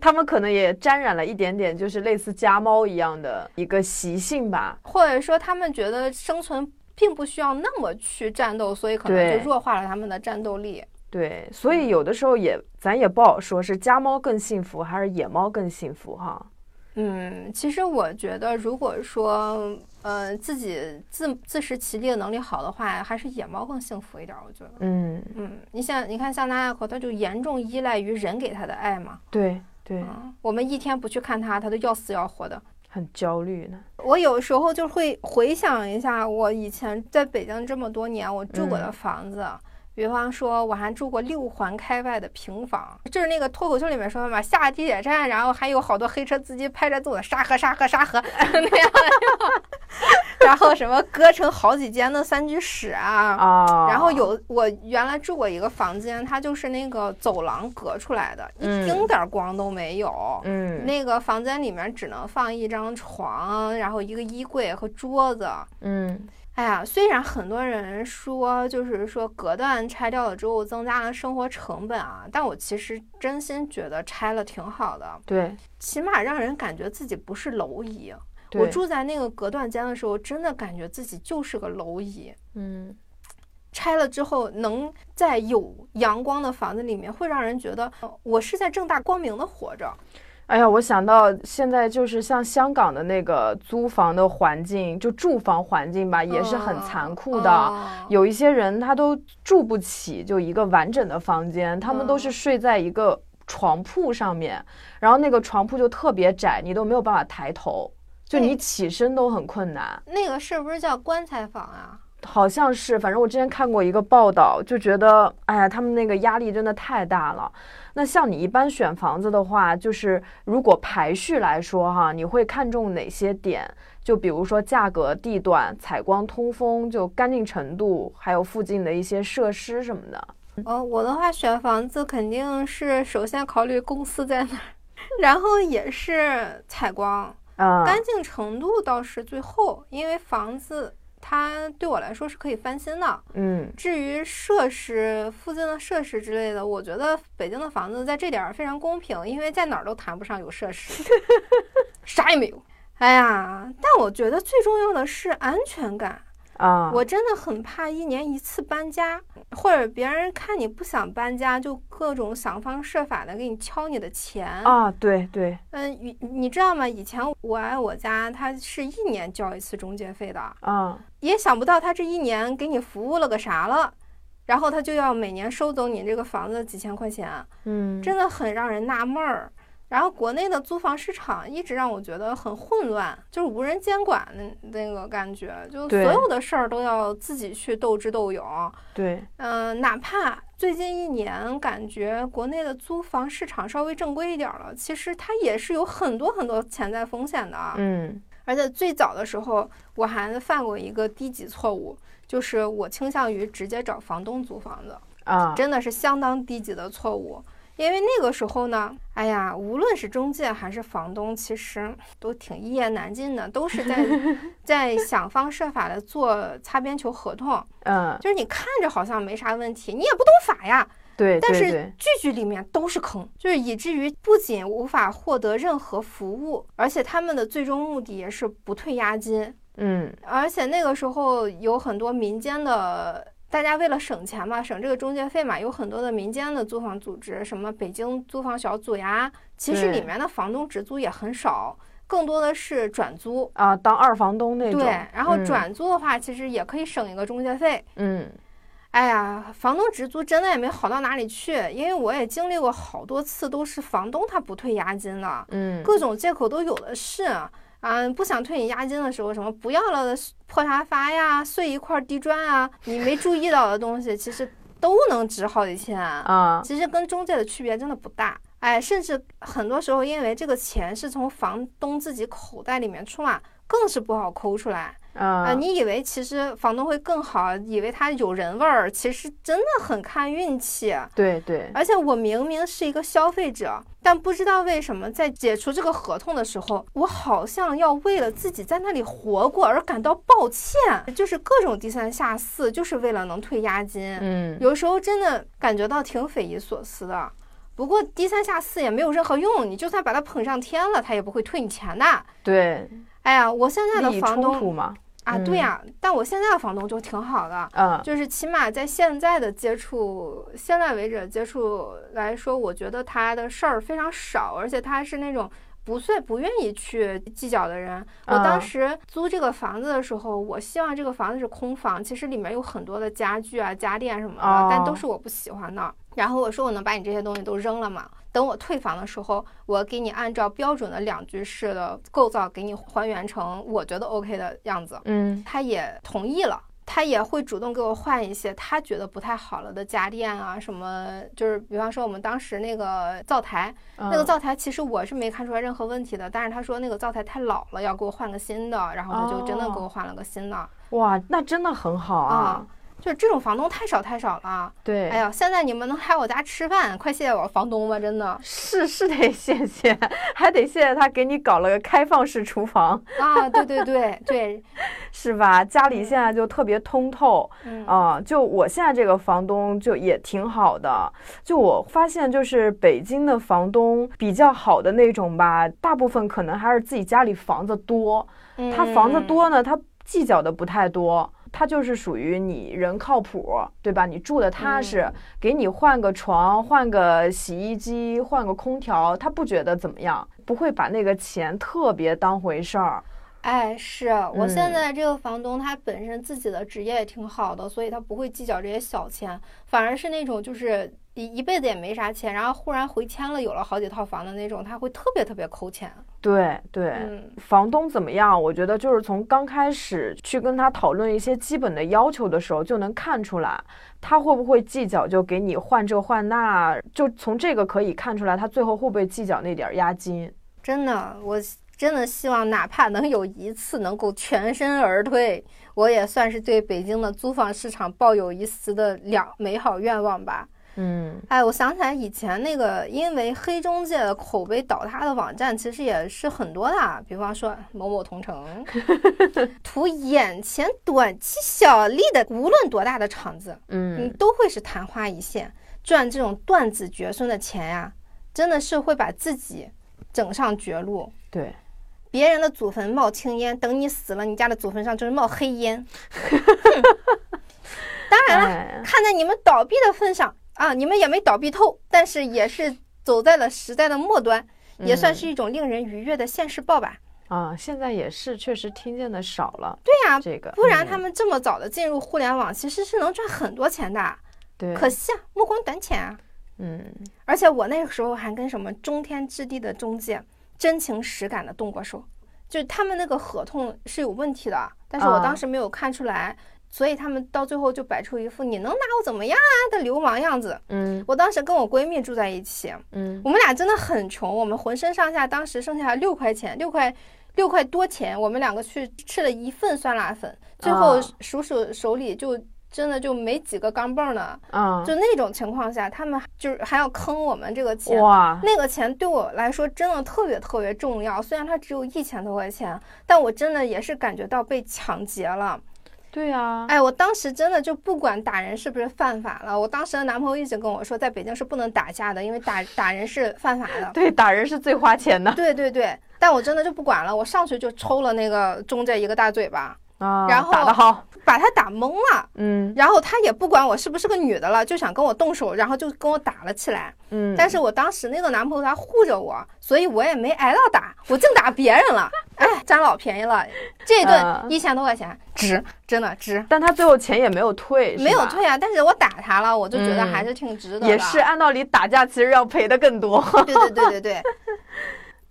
Speaker 2: 他们可能也沾染了一点点，就是类似家猫一样的一个习性吧。
Speaker 1: 或者说他们觉得生存并不需要那么去战斗，所以可能
Speaker 2: 对
Speaker 1: 就弱化了他们的战斗力。
Speaker 2: 对，所以有的时候也，咱也不好说是家猫更幸福还是野猫更幸福哈。
Speaker 1: 嗯，其实我觉得，如果说，呃，自己自自食其力的能力好的话，还是野猫更幸福一点儿。我觉得，
Speaker 2: 嗯，
Speaker 1: 嗯，你像，你看，像拉拉口，它就严重依赖于人给它的爱嘛。
Speaker 2: 对对，
Speaker 1: 嗯，我们一天不去看它，它都要死要活的。
Speaker 2: 很焦虑呢。
Speaker 1: 我有时候就会回想一下，我以前在北京这么多年我住过的房子，比方说我还住过六环开外的平房，就是那个脱口秀里面说的嘛，下地铁站，然后还有好多黑车司机拍着自我的沙河沙河沙河那样的， 然后什么隔成好几间的三居室啊。
Speaker 2: 啊，
Speaker 1: 然后有我原来住过一个房间，它就是那个走廊隔出来的，一
Speaker 2: 嗯
Speaker 1: 丁点儿光都没有。
Speaker 2: 嗯
Speaker 1: 那个房间里面只能放一张床，然后一个衣柜和桌子。
Speaker 2: 嗯
Speaker 1: 哎呀，虽然很多人说，就是说隔断拆掉了之后增加了生活成本啊，但我其实真心觉得拆了挺好的，
Speaker 2: 对，
Speaker 1: 起码让人感觉自己不是蝼蚁。
Speaker 2: 对
Speaker 1: 我住在那个隔断间的时候，真的感觉自己就是个蝼蚁。
Speaker 2: 嗯
Speaker 1: 拆了之后能在有阳光的房子里面，会让人觉得呃我是在正大光明的活着。
Speaker 2: 哎呀，我想到现在就是像香港的那个租房的环境，就住房环境吧，也是很残酷的。
Speaker 1: 嗯
Speaker 2: 有一些人他都住不起就一个完整的房间，他们都是睡在一个床铺上面，然后那个床铺就特别窄，你都没有办法抬头，就
Speaker 1: 对
Speaker 2: 你起身都很困难。
Speaker 1: 那个是不是叫棺材房啊？
Speaker 2: 好像是，反正我之前看过一个报道，就觉得，哎呀，他们那个压力真的太大了。那像你一般选房子的话，就是如果排序来说哈，你会看重哪些点？就比如说价格、地段、采光、通风，就干净程度，还有附近的一些设施什么的。
Speaker 1: 哦，我的话选房子肯定是首先考虑公司在哪儿， 然后也是采光，
Speaker 2: 嗯，
Speaker 1: 干净程度倒是最后，因为房子它对我来说是可以翻新的。
Speaker 2: 嗯，
Speaker 1: 至于设施附近的设施之类的，我觉得北京的房子在这点儿非常公平，因为在哪儿都谈不上有设施，啥也没有。哎呀，但我觉得最重要的是安全感。
Speaker 2: 啊，
Speaker 1: 我真的很怕一年一次搬家，或者别人看你不想搬家，就各种想方设法的给你敲你的钱。
Speaker 2: 啊，对对，
Speaker 1: 嗯，你你知道吗？以前我爱我家，他是一年交一次中介费的，
Speaker 2: 啊，
Speaker 1: 也想不到他这一年给你服务了个啥了，然后他就要每年收走你这个房子几千块钱，
Speaker 2: 嗯，
Speaker 1: 真的很让人纳闷儿。然后国内的租房市场一直让我觉得很混乱，就是无人监管的那个感觉，就所
Speaker 2: 对
Speaker 1: 有的事儿都要自己去斗智斗勇。
Speaker 2: 对，
Speaker 1: 嗯、哪怕最近一年感觉国内的租房市场稍微正规一点儿了，其实它也是有很多很多潜在风险的。啊
Speaker 2: 嗯
Speaker 1: 而且最早的时候，我还犯过一个低级错误，就是我倾向于直接找房东租房子，
Speaker 2: 啊，
Speaker 1: 真的是相当低级的错误。因为那个时候呢，哎呀，无论是中介还是房东，其实都挺一言难尽的，都是在在想方设法的做擦边球合同。
Speaker 2: 嗯，
Speaker 1: 就是你看着好像没啥问题，你也不懂法呀，
Speaker 2: 对，
Speaker 1: 但
Speaker 2: 对
Speaker 1: 是
Speaker 2: 对
Speaker 1: 句句里面都是坑，就是以至于不仅无法获得任何服务，而且他们的最终目的也是不退押金。
Speaker 2: 嗯
Speaker 1: 而且那个时候有很多民间的，大家为了省钱嘛，省这个中介费嘛，有很多的民间的租房组织，什么北京租房小组呀，其实
Speaker 2: 对
Speaker 1: 里面的房东直租也很少，更多的是转租。
Speaker 2: 啊，当二房东那种，
Speaker 1: 对，然后
Speaker 2: 嗯，
Speaker 1: 转租的话，其实也可以省一个中介费。
Speaker 2: 嗯
Speaker 1: 哎呀，房东直租真的也没好到哪里去，因为我也经历过好多次，都是房东他不退押金的，
Speaker 2: 嗯，
Speaker 1: 各种借口都有的是。啊，不想退你押金的时候，什么不要了的破沙发呀、碎一块地砖啊，你没注意到的东西，其实都能值好几千。
Speaker 2: 啊，
Speaker 1: 其实跟中介的区别真的不大。哎，甚至很多时候，因为这个钱是从房东自己口袋里面出嘛，更是不好抠出来。啊、
Speaker 2: 啊，
Speaker 1: 你以为其实房东会更好，以为他有人味儿，其实真的很看运气。啊
Speaker 2: 对对，
Speaker 1: 而且我明明是一个消费者，但不知道为什么在解除这个合同的时候，我好像要为了自己在那里活过而感到抱歉，就是各种低三下四，就是为了能退押金。
Speaker 2: 嗯，
Speaker 1: 有时候真的感觉到挺匪夷所思的。不过低三下四也没有任何用，你就算把他捧上天了，他也不会退你钱的。
Speaker 2: 对，
Speaker 1: 哎呀，我现在的
Speaker 2: 利益
Speaker 1: 房
Speaker 2: 冲
Speaker 1: 东
Speaker 2: 突嘛，
Speaker 1: 啊，
Speaker 2: 嗯
Speaker 1: 对呀、但我现在的房东就挺好的，
Speaker 2: 啊，
Speaker 1: 就是起码在现在的接触，现在为止的接触来说，我觉得他的事儿非常少，而且他是那种。不碎不愿意去计较的人，我
Speaker 2: 啊
Speaker 1: 当时租这个房子的时候，我希望这个房子是空房，其实里面有很多的家具啊、家电什么的，
Speaker 2: 哦
Speaker 1: 但都是我不喜欢的。然后我说我能把你这些东西都扔了嘛？等我退房的时候，我给你按照标准的两居室的构造给你还原成我觉得 OK 的样子。
Speaker 2: 嗯
Speaker 1: 他也同意了，他也会主动给我换一些他觉得不太好了的家电啊，什么就是比方说我们当时那个灶台，那个
Speaker 2: 嗯
Speaker 1: 灶台其实我是没看出来任何问题的，但是他说那个灶台太老了，要给我换个新的，然后他就真的给我换了个新的，
Speaker 2: 哇，那真的很好啊
Speaker 1: 啊，就是这种房东太少太少了。哎
Speaker 2: 对，
Speaker 1: 呀，现在你们能来我家吃饭，快谢谢我房东吧，真的
Speaker 2: 是是得谢谢，还得谢谢他给你搞了个开放式厨房，
Speaker 1: 啊，对对对对，
Speaker 2: 是吧？家里现在就特别通透，
Speaker 1: 嗯
Speaker 2: 啊、就我现在这个房东就也挺好的，就我发现就是北京的房东比较好的那种吧，大部分
Speaker 1: 嗯
Speaker 2: 可能还是自己家里房子多，他房子多呢，他计较的不太多。它就是属于你人靠谱，对吧？你住的踏实，给你换个床、换个洗衣机、换个空调，他不觉得怎么样，不会把那个钱特别当回事儿。
Speaker 1: 哎，是我现在这个房东，他本身自己的职业也挺好的，所以他不会计较这些小钱，反而是那种就是一一辈子也没啥钱，然后忽然回迁了，有了好几套房的那种，他会特别特别抠钱。
Speaker 2: 对对，
Speaker 1: 嗯
Speaker 2: 房东怎么样？我觉得就是从刚开始去跟他讨论一些基本的要求的时候，就能看出来他会不会计较，就给你换这换那，就从这个可以看出来他最后会不会计较那点儿押金。
Speaker 1: 真的，我真的希望哪怕能有一次能够全身而退，我也算是对北京的租房市场抱有一丝的良美好愿望吧。
Speaker 2: 嗯
Speaker 1: 哎，我想起来以前那个因为黑中介的口碑倒塌的网站，其实也是很多的啊，比方说某某同城，图眼前短期小利的，无论多大的场子，你
Speaker 2: 嗯，
Speaker 1: 都会是昙花一现，赚这种断子绝孙的钱呀、真的是会把自己整上绝路。
Speaker 2: 对，
Speaker 1: 别人的祖坟冒青烟，等你死了，你家的祖坟上就是冒黑烟。当然了，
Speaker 2: 哎，
Speaker 1: 看在你们倒闭的份上啊，你们也没倒闭透，但是也是走在了时代的末端，也算
Speaker 2: 嗯
Speaker 1: 是一种令人愉悦的现世报吧。
Speaker 2: 啊，现在也是确实听见的少了，
Speaker 1: 对呀、
Speaker 2: 这个
Speaker 1: 不然
Speaker 2: 嗯
Speaker 1: 他们这么早的进入互联网，其实是能赚很多钱的。
Speaker 2: 对，
Speaker 1: 可惜啊，目光短浅啊。
Speaker 2: 嗯
Speaker 1: 而且我那个时候还跟什么中天置地的中介真情实感的动过手，就是他们那个合同是有问题的，但是我
Speaker 2: 啊
Speaker 1: 当时没有看出来，所以他们到最后就摆出一副你能拿我怎么样啊的流氓样子。
Speaker 2: 嗯
Speaker 1: 我当时跟我闺蜜住在一起，
Speaker 2: 嗯
Speaker 1: 我们俩真的很穷，我们浑身上下当时剩下六块钱，六块六块多钱，我们两个去吃了一份酸辣粉，最后
Speaker 2: 啊
Speaker 1: 数数手里就真的就没几个钢镚了。
Speaker 2: 啊，
Speaker 1: 就那种情况下，他们就是还要坑我们这个钱。
Speaker 2: 哇，
Speaker 1: 那个钱对我来说真的特别特别重要，虽然它只有一千多块钱，但我真的也是感觉到被抢劫了。
Speaker 2: 对啊，
Speaker 1: 哎，我当时真的就不管打人是不是犯法了，我当时的男朋友一直跟我说，在北京是不能打架的，因为打打人是犯法的。
Speaker 2: 对，打人是最花钱的
Speaker 1: 对对对，但我真的就不管了，我上去就抽了那个中介一个大嘴巴，
Speaker 2: 啊，
Speaker 1: 然后
Speaker 2: 打得好，
Speaker 1: 把他打懵了。
Speaker 2: 嗯
Speaker 1: 然后他也不管我是不是个女的了，就想跟我动手，然后就跟我打了起来。
Speaker 2: 嗯，
Speaker 1: 但是我当时那个男朋友他护着我，所以我也没挨到打，我净打别人了，哎，占老便宜了。这一
Speaker 2: 啊
Speaker 1: 顿一千多块钱，值，真的值，
Speaker 2: 但他最后钱也没有退，是
Speaker 1: 没有
Speaker 2: 吧。
Speaker 1: 退啊。但是我打他了，我就觉得
Speaker 2: 嗯
Speaker 1: 还是挺值得的。
Speaker 2: 也是，按道理打架其实要赔的更多。
Speaker 1: 对对对对对，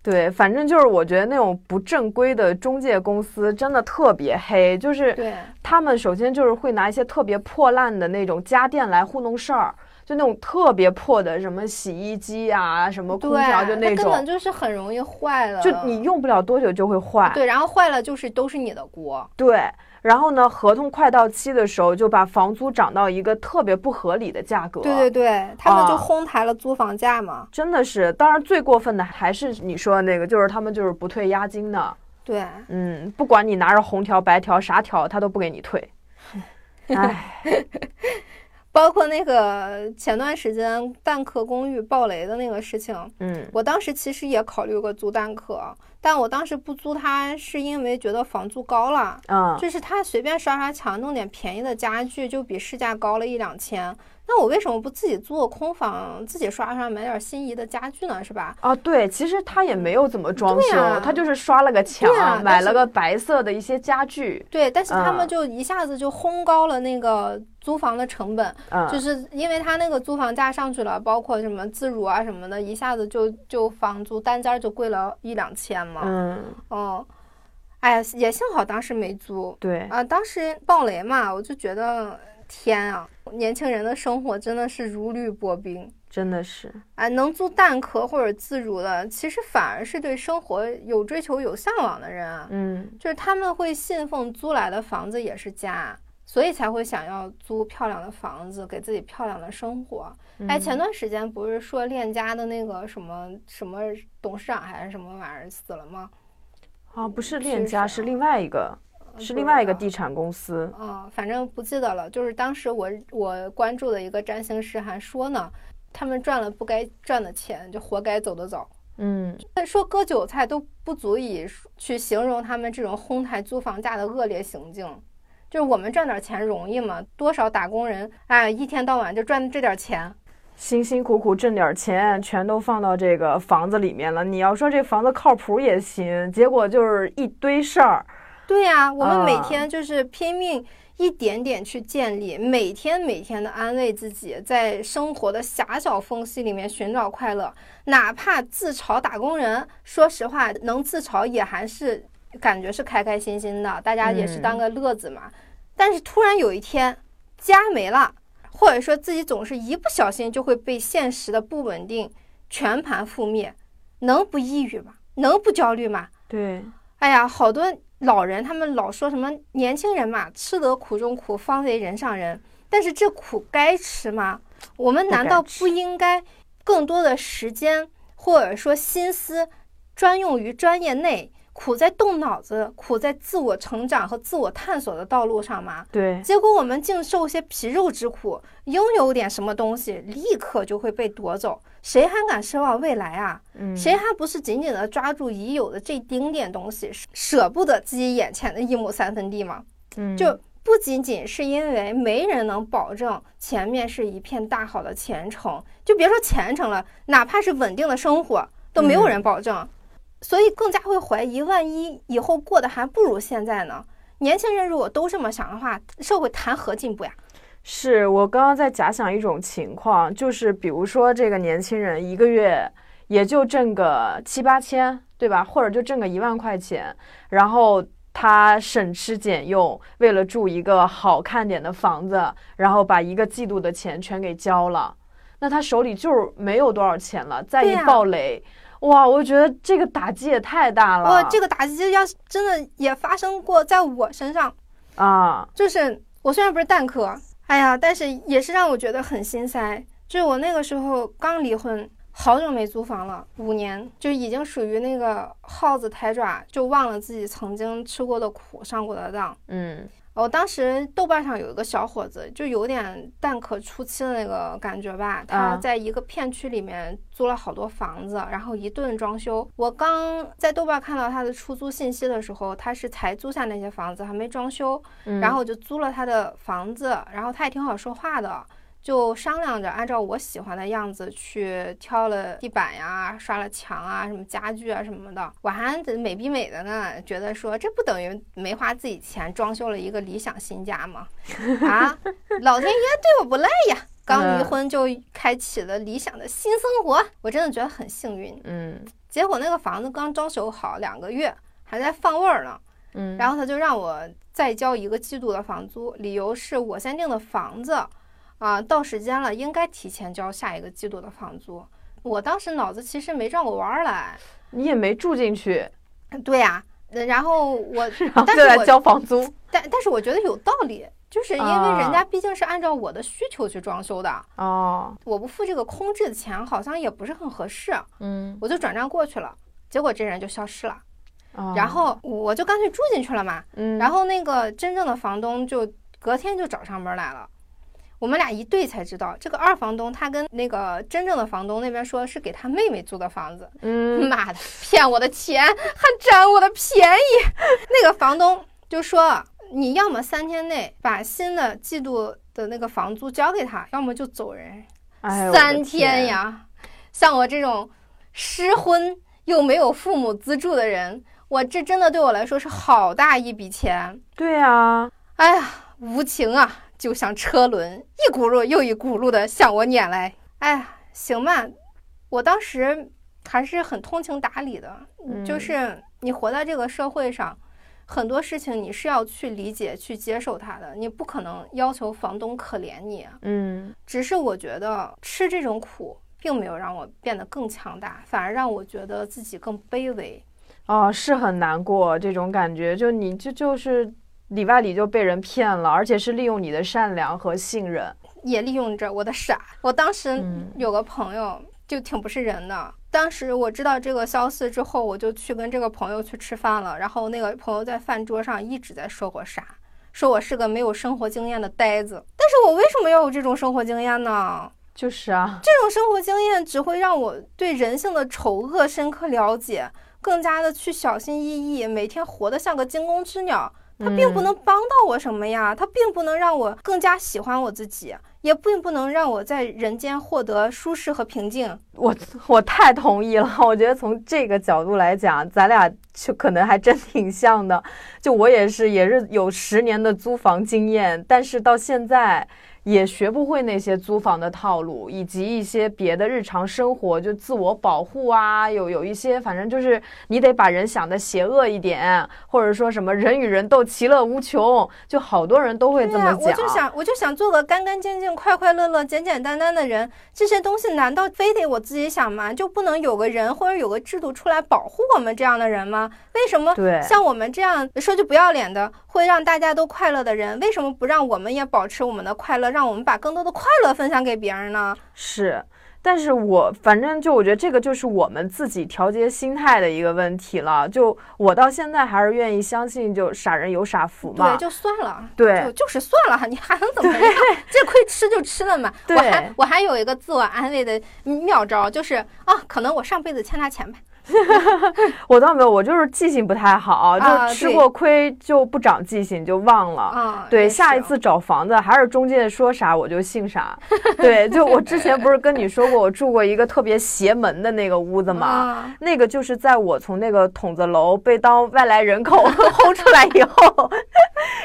Speaker 2: 对，反正就是我觉得那种不正规的中介公司真的特别黑， 就是
Speaker 1: 对
Speaker 2: 他们首先就是会拿一些特别破烂的那种家电来糊弄事儿，就那种特别破的什么洗衣机啊、什么空
Speaker 1: 对，
Speaker 2: 调，就
Speaker 1: 那根本
Speaker 2: 种，
Speaker 1: 就是很容易坏了。
Speaker 2: 就你用不了多久就会坏。
Speaker 1: 对，然后坏了就是都是你的锅。
Speaker 2: 对，然后呢，合同快到期的时候就把房租涨到一个特别不合理的价格。
Speaker 1: 对对对，他们就
Speaker 2: 啊
Speaker 1: 哄抬了租房价嘛。
Speaker 2: 真的是，当然最过分的还是你说的那个，就是他们就是不退押金的，
Speaker 1: 对，
Speaker 2: 嗯，不管你拿着红条、白条啥条，他都不给你退。唉，
Speaker 1: 包括那个前段时间蛋壳公寓爆雷的那个事情，
Speaker 2: 嗯
Speaker 1: 我当时其实也考虑过租蛋壳，但我当时不租它是因为觉得房租高了，
Speaker 2: 嗯，
Speaker 1: 就是它随便刷刷墙弄点便宜的家具就比市价高了一两千，那我为什么不自己租个空房，自己刷刷买点心仪的家具呢？是吧？
Speaker 2: 啊，对，其实他也没有怎么装修，
Speaker 1: 对啊
Speaker 2: 他就是刷了个墙，
Speaker 1: 对啊
Speaker 2: 买
Speaker 1: 但是
Speaker 2: 了个白色的一些家具，
Speaker 1: 对，但是他
Speaker 2: 嗯
Speaker 1: 们就一下子就轰高了那个租房的成本，
Speaker 2: 嗯，
Speaker 1: 就是因为他那个租房价上去了，包括什么自如啊什么的，一下子就就房租单间儿就贵了一两千嘛。
Speaker 2: 嗯，
Speaker 1: 哦，哎呀，也幸好当时没租
Speaker 2: 对，
Speaker 1: 啊，当时暴雷嘛，我就觉得天啊，年轻人的生活真的是如履薄冰。
Speaker 2: 真的是，
Speaker 1: 啊，能租蛋壳或者自如的，其实反而是对生活有追求、有向往的人啊，
Speaker 2: 嗯，
Speaker 1: 就是他们会信奉租来的房子也是家，所以才会想要租漂亮的房子，给自己漂亮的生活。哎，前段时间不是说链家的那个什么什么董事长还是什么玩意儿死了吗？
Speaker 2: 啊，不是
Speaker 1: 是
Speaker 2: 链家，
Speaker 1: 啥
Speaker 2: 是另外一
Speaker 1: 啊
Speaker 2: 个，是
Speaker 1: 不
Speaker 2: 另
Speaker 1: 知
Speaker 2: 外一个
Speaker 1: 道
Speaker 2: 地产公司，
Speaker 1: 嗯，反正不记得了。就是当时我我关注的一个占星师还说呢，他们赚了不该赚的钱，就活该走得早。
Speaker 2: 嗯，
Speaker 1: 说割韭菜都不足以去形容他们这种哄抬租房价的恶劣行径，就是我们赚点钱容易吗？多少打工人哎，一天到晚就赚这点钱，
Speaker 2: 辛辛苦苦挣点钱，全都放到这个房子里面了。你要说这房子靠谱也行，结果就是一堆事儿。
Speaker 1: 对呀、我们每
Speaker 2: 啊
Speaker 1: 天就是拼命一点点去建立，每天每天的安慰自己，在生活的狭小缝隙里面寻找快乐，哪怕自嘲打工人，说实话，能自嘲也还是感觉是开开心心的，大家也是当个乐子嘛。但是突然有一天，家没了，或者说自己总是一不小心就会被现实的不稳定全盘覆灭，能不抑郁吗？能不焦虑吗？
Speaker 2: 对，
Speaker 1: 哎呀，好多老人他们老说什么年轻人嘛，吃得苦中苦，方为人上人。但是这苦该吃吗？我们
Speaker 2: 不
Speaker 1: 难
Speaker 2: 该
Speaker 1: 道
Speaker 2: 吃
Speaker 1: 不应该更多的时间或者说心思专用于专业内，苦在动脑子，苦在自我成长和自我探索的道路上吗？
Speaker 2: 对，
Speaker 1: 结果我们竟受些皮肉之苦，拥有点什么东西立刻就会被夺走，谁还敢奢望未来啊？
Speaker 2: 嗯，
Speaker 1: 谁还不是紧紧的抓住已有的这丁点东西，舍舍不得自己眼前的一亩三分地吗？
Speaker 2: 嗯
Speaker 1: 就不仅仅是因为没人能保证前面是一片大好的前程，就别说前程了，哪怕是稳定的生活都没有人保证，所以更加会怀疑，万一以后过得还不如现在呢？年轻人如果都这么想的话，社会谈何进步呀？
Speaker 2: 是我刚刚在假想一种情况，就是比如说这个年轻人一个月也就挣个七八千，对吧？或者就挣个一万块钱，然后他省吃俭用，为了住一个好看点的房子，然后把一个季度的钱全给交了，那他手里就是没有多少钱了。再
Speaker 1: 对
Speaker 2: 一
Speaker 1: 呀
Speaker 2: 暴雷，哇，我觉得这个打击也太大了。
Speaker 1: 哇，哦这个打击要是真的也发生过在我身上，
Speaker 2: 啊，
Speaker 1: 就是我虽然不是蛋壳，哎呀，但是也是让我觉得很心塞。就是我那个时候刚离婚，好久没租房了，五年，就已经属于那个耗子抬爪，就忘了自己曾经吃过的苦、上过的当。
Speaker 2: 嗯
Speaker 1: 我当时豆瓣上有一个小伙子，就有点蛋壳初期的那个感觉吧。他在一个片区里面租了好多房子，然后一顿装修。我刚在豆瓣看到他的出租信息的时候，他是才租下那些房子，还没装修。
Speaker 2: 嗯，
Speaker 1: 然后我就租了他的房子，然后他也挺好说话的，就商量着按照我喜欢的样子去挑了地板呀、刷了墙啊、什么家具啊什么的。我还得美逼美的呢，觉得说这不等于没花自己钱装修了一个理想新家 吗？啊，老天爷对我不赖呀！刚离
Speaker 2: 嗯
Speaker 1: 婚就开启了理想的新生活，我真的觉得很幸运。
Speaker 2: 嗯
Speaker 1: 结果那个房子刚装修好两个月，还在放味儿呢。
Speaker 2: 嗯，
Speaker 1: 然后他就让我再交一个季度的房租，理由是我先订的房子，啊，到时间了应该提前交下一个季度的房租。我当时脑子其实没转过弯儿来，
Speaker 2: 你也没住进去，
Speaker 1: 对呀、呃然后我，
Speaker 2: 然后
Speaker 1: 但
Speaker 2: 再
Speaker 1: 是
Speaker 2: 来
Speaker 1: 我
Speaker 2: 交房租。
Speaker 1: 但但是我觉得有道理，就是因为
Speaker 2: 啊
Speaker 1: 人家毕竟是按照我的需求去装修的，
Speaker 2: 哦，
Speaker 1: 我不付这个空置的钱好像也不是很合适，
Speaker 2: 嗯，
Speaker 1: 我就转账过去了，结果这人就消失了，
Speaker 2: 哦
Speaker 1: 然后我就干脆住进去了嘛。
Speaker 2: 嗯，
Speaker 1: 然
Speaker 2: 后，
Speaker 1: 后那个真正的房东就隔天就找上门来了，我们俩一对才知道，这个二房东他跟那个真正的房东那边说是给他妹妹租的房子，
Speaker 2: 嗯
Speaker 1: 妈的，骗我的钱，还占我的便宜。 那个房东就说，你要么三天内把新的季度的那个房租交给他，要么就走人。
Speaker 2: 哎呦、我
Speaker 1: 三
Speaker 2: 的天
Speaker 1: 天，呀！像我这种失婚又没有父母资助的人，我这真的对我来说是好大一笔钱。
Speaker 2: 对啊，
Speaker 1: 哎呀，无情啊，就像车轮，一轱辘又一轱辘的向我撵来。哎呀，行吧，我当时还是很通情达理的，就
Speaker 2: 嗯
Speaker 1: 是你活在这个社会上。很多事情你是要去理解、去接受它的，你不可能要求房东可怜你。
Speaker 2: 嗯
Speaker 1: 只是我觉得吃这种苦，并没有让我变得更强大，反而让我觉得自己更卑微。
Speaker 2: 哦，是很难过这种感觉，就你就就是里外里就被人骗了，而且是利用你的善良和信任。
Speaker 1: 也利用着我的傻。我当时
Speaker 2: 嗯
Speaker 1: 有个朋友就挺不是人的，当时我知道这个消息之后，我就去跟这个朋友去吃饭了。然后那个朋友在饭桌上一直在说我傻，说我是个没有生活经验的呆子。但是我为什么要有这种生活经验呢？
Speaker 2: 就是啊，
Speaker 1: 这种生活经验只会让我对人性的丑恶深刻了解，更加的去小心翼翼，每天活得像个惊弓之鸟。它并
Speaker 2: 嗯
Speaker 1: 不能帮到我什么呀，它并不能让我更加喜欢我自己，也并不能让我在人间获得舒适和平静。
Speaker 2: 我 我太同意了， 我觉得从这个角度来讲，咱俩就可能还真挺像的。就我也是，也是有十年的租房经验，但是到现在也学不会那些租房的套路，以及一些别的日常生活，就自我保护啊，有有一些，反正就是你得把人想的邪恶一点，或者说什么人与人斗，其乐无穷，就好多人都会这
Speaker 1: 对
Speaker 2: 么
Speaker 1: 呀，
Speaker 2: 讲。
Speaker 1: 我就想，我就想做个干干净净、快快乐乐、简简单单的人。这些东西难道非得我自己想吗？就不能有个人或者有个制度出来保护我们这样的人吗？为什么
Speaker 2: 对
Speaker 1: 像我们这样说句不要脸的，会让大家都快乐的人，为什么不让我们也保持我们的快乐，让我们把更多的快乐分享给别人呢？
Speaker 2: 是，但是我反正就我觉得这个就是我们自己调节心态的一个问题了。就我到现在还是愿意相信，就傻人有傻福嘛。
Speaker 1: 对，就算了。
Speaker 2: 对
Speaker 1: 就就是算了，你还能怎么样？ 这亏吃就吃了嘛。我
Speaker 2: 对
Speaker 1: 还我还有一个自我安慰的妙招，就是啊，可能我上辈子欠他钱吧。
Speaker 2: 我倒没有，我就是记性不太好，
Speaker 1: 啊
Speaker 2: 就吃
Speaker 1: 对
Speaker 2: 过亏就不长记性，就忘了。
Speaker 1: 啊，
Speaker 2: 哦对，
Speaker 1: 也
Speaker 2: 下一
Speaker 1: 是
Speaker 2: 次找房子还是中介说啥我就信啥。对，就我之前不是跟你说过，我住过一个特别邪门的那个屋子吗？
Speaker 1: 啊
Speaker 2: 那个就是在我从那个筒子楼被当外来人口 轰出来以后，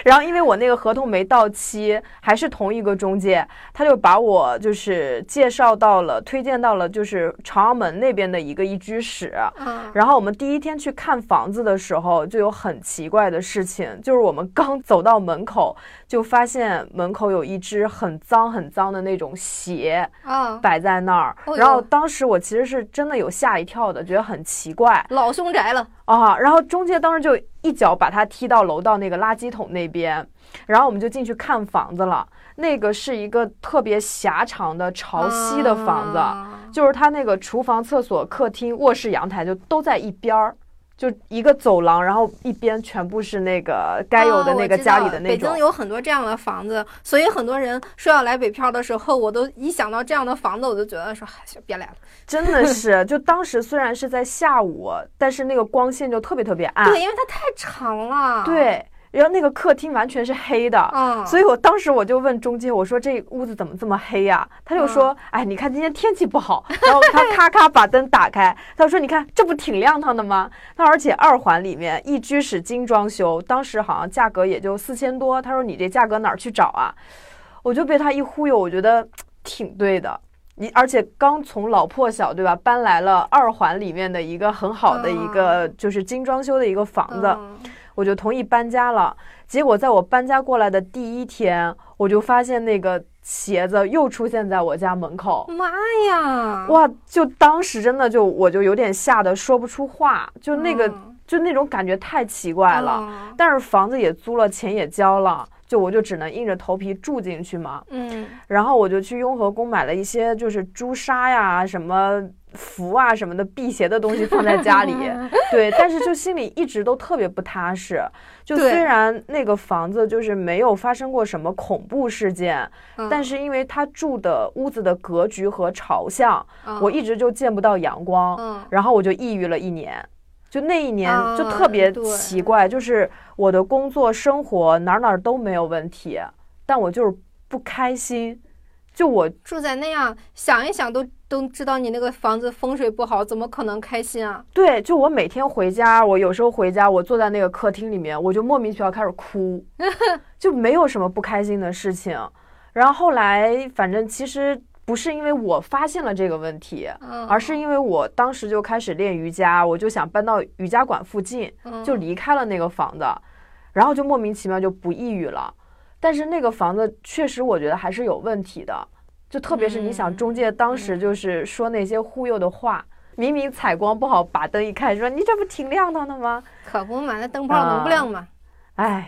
Speaker 2: 然后因为我那个合同没到期，还是同一个中介，他就把我就是介绍到了，推荐到了就是朝阳门那边的一个一居室。
Speaker 1: 啊
Speaker 2: 然后我们第一天去看房子的时候，就有很奇怪的事情，就是我们刚走到门口，就发现门口有一只很脏很脏的那种鞋
Speaker 1: 啊！
Speaker 2: 摆在那儿
Speaker 1: 哦。哟
Speaker 2: 然后当时我其实是真的有吓一跳的，觉得很奇怪
Speaker 1: 老凶宅了，
Speaker 2: 啊。然后中介当时就一脚把他踢到楼道那个垃圾桶那边，然后我们就进去看房子了。那个是一个特别狭长的朝西的房子。
Speaker 1: 啊
Speaker 2: 就是他那个厨房、厕所、客厅、卧室、阳台就都在一边儿，就一个走廊，然后一边全部是那个该有的
Speaker 1: 啊
Speaker 2: 那
Speaker 1: 我
Speaker 2: 个
Speaker 1: 知
Speaker 2: 家
Speaker 1: 道
Speaker 2: 里的
Speaker 1: 了
Speaker 2: 那
Speaker 1: 北
Speaker 2: 种
Speaker 1: 京。有很多这样的房子，所以很多人说要来北漂的时候，我都一想到这样的房子，我就觉得说，哎，行别来了。
Speaker 2: 真的是，就当时虽然是在下午，但是那个光线就特别特别暗。
Speaker 1: 对，因为它太长了。，
Speaker 2: 啊对然后那个客厅完全是黑的。
Speaker 1: 啊嗯，
Speaker 2: 所以我当时我就问中介，我说这屋子怎么这么黑呀、他就
Speaker 1: 嗯
Speaker 2: 说，哎，你看今天天气不好。然后他咔咔把灯打开，他说，你看这不挺亮堂的吗？他说而且二环里面一居室精装修，当时好像价格也就四千多。他说你这价格哪儿去找啊？我就被他一忽悠，我觉得嘖挺对的。你而且刚从老破小对吧搬来了二环里面的一个很好的一个就是精装修的一个房子，
Speaker 1: 嗯
Speaker 2: 我就同意搬家了。结果在我搬家过来的第一天，我就发现那个鞋子又出现在我家门口。
Speaker 1: 妈呀，
Speaker 2: 哇！就当时真的就我就有点吓得说不出话，就那个、
Speaker 1: 嗯
Speaker 2: 就那种感觉太奇怪了。
Speaker 1: 嗯
Speaker 2: 但是房子也租了，钱也交了，就我就只能硬着头皮住进去嘛。
Speaker 1: 嗯，
Speaker 2: 然后我就去雍和宫买了一些就是朱砂呀、什么符啊、什么的辟邪的东西放在家里， 对，但是就心里一直都特别不踏实。就
Speaker 1: 对
Speaker 2: 虽然那个房子就是没有发生过什么恐怖事件，
Speaker 1: 嗯
Speaker 2: 但是因为它住的屋子的格局和朝向，
Speaker 1: 嗯
Speaker 2: 我一直就见不到阳光，
Speaker 1: 嗯
Speaker 2: 然后我就抑郁了一年。就那一年
Speaker 1: 啊
Speaker 2: 就特别
Speaker 1: 对
Speaker 2: 奇怪，就是我的工作生活哪儿哪儿都没有问题，但我就是不开心。就我
Speaker 1: 住在那样，想一想都都知道你那个房子风水不好，怎么可能开心啊？
Speaker 2: 对，就我每天回家，我有时候回家，我坐在那个客厅里面，我就莫名其妙开始 哭，就没有什么不开心的事情。然后后来，反正其实不是因为我发现了这个问题，
Speaker 1: 嗯，
Speaker 2: 而是因为我当时就开始练瑜伽，我就想搬到瑜伽馆附近，
Speaker 1: 嗯
Speaker 2: 就离开了那个房子，然后就莫名其妙就不抑郁了。但是那个房子确实，我觉得还是有问题的，就特别是你想，
Speaker 1: 嗯
Speaker 2: 中介当时就是说那些忽悠的话，明明采光不好，把灯一开说你这不挺亮堂的吗？
Speaker 1: 可不嘛，那灯泡
Speaker 2: 啊
Speaker 1: 能不亮吗？
Speaker 2: 哎呀，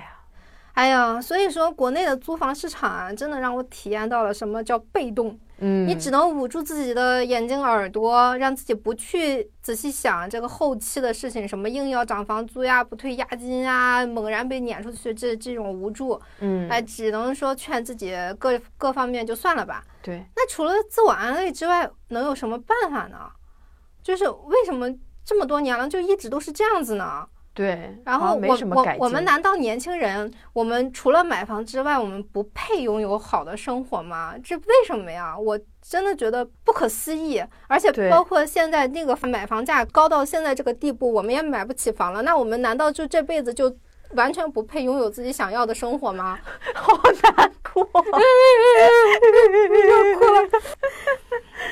Speaker 1: 哎呀，所以说国内的租房市场啊，真的让我体验到了什么叫被动。
Speaker 2: 嗯，
Speaker 1: 你只能捂住自己的眼睛、耳朵，让自己不去仔细想这个后期的事情，什么硬要涨房租呀、不退押金呀、猛然被撵出去，这这种无助，
Speaker 2: 嗯，
Speaker 1: 哎，只能说劝自己各各方面就算了吧。
Speaker 2: 对，
Speaker 1: 那除了自我安慰之外，能有什么办法呢？就是为什么这么多年了，就一直都是这样子呢？
Speaker 2: 对，
Speaker 1: 然
Speaker 2: 好
Speaker 1: 后
Speaker 2: 像没
Speaker 1: 我
Speaker 2: 什么
Speaker 1: 我
Speaker 2: 改
Speaker 1: 我们
Speaker 2: 进
Speaker 1: 难道年轻人，我们除了买房之外，我们不配拥有好的生活吗？这为什么呀？我真的觉得不可思议。而且
Speaker 2: 对
Speaker 1: 包括现在那个买房价高到现在这个地步，我们也买不起房了。那我们难道就这辈子就完全不配拥有自己想要的生活吗？
Speaker 2: 好难 过。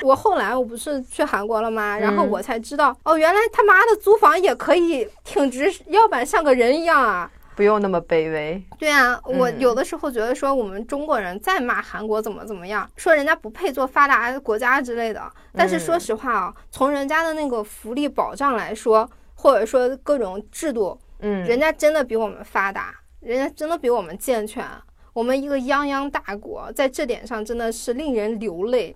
Speaker 1: 我后来我不是去韩国了吗？
Speaker 2: 嗯
Speaker 1: 然后我才知道，哦，原来他妈的租房也可以挺直腰板，像个人一样啊！
Speaker 2: 不用那么卑微。
Speaker 1: 对啊，我
Speaker 2: 嗯
Speaker 1: 有的时候觉得说我们中国人再骂韩国怎么怎么样，说人家不配做发达国家之类的。但是
Speaker 2: 嗯
Speaker 1: 说实话啊，从人家的那个福利保障来说，或者说各种制度，
Speaker 2: 嗯，
Speaker 1: 人家真的比我们发达，人家真的比我们健全。我们一个泱泱大国，在这点上真的是令人流泪。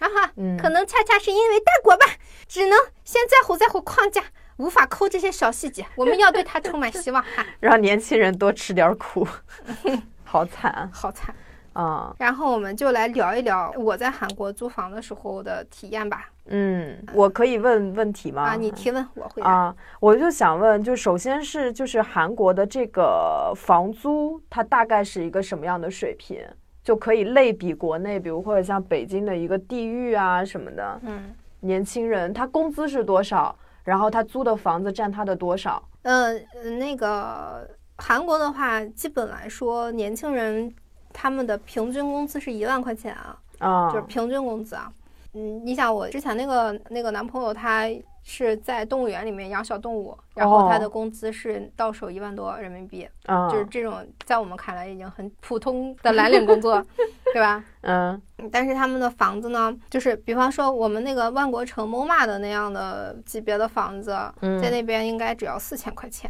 Speaker 1: 哈哈，
Speaker 2: 嗯
Speaker 1: 可能恰恰是因为大国吧，只能先在乎在乎框架，无法抠这些小细节。我们要对它充满希望。哈，
Speaker 2: 让年轻人多吃点儿苦， 好惨
Speaker 1: 好惨。
Speaker 2: 啊！
Speaker 1: 然后我们就来聊一聊我在韩国租房的时候的体验吧。
Speaker 2: 嗯，我可以问问题吗？
Speaker 1: 啊，你提问我回答。
Speaker 2: 嗯啊，我就想问，就首先是就是韩国的这个房租，它大概是一个什么样的水平？就可以类比国内，比如或者像北京的一个地域啊什么的，
Speaker 1: 嗯
Speaker 2: 年轻人他工资是多少，然后他租的房子占他的多少？
Speaker 1: 嗯、呃，那个韩国的话，基本来说，年轻人他们的平均工资是一万块钱啊，
Speaker 2: 啊，
Speaker 1: 就是平均工资啊。嗯，你想我之前那个那个男朋友，他是在动物园里面养小动物，然后他的工资是到手一万多人民币，
Speaker 2: 哦啊，
Speaker 1: 就是这种在我们看来已经很普通的蓝领工 作，对吧？
Speaker 2: 嗯
Speaker 1: 但是他们的房子呢，就是比方说我们那个万国城 MOMA 的那样的级别的房子，
Speaker 2: 嗯
Speaker 1: 在那边应该只要四千块钱。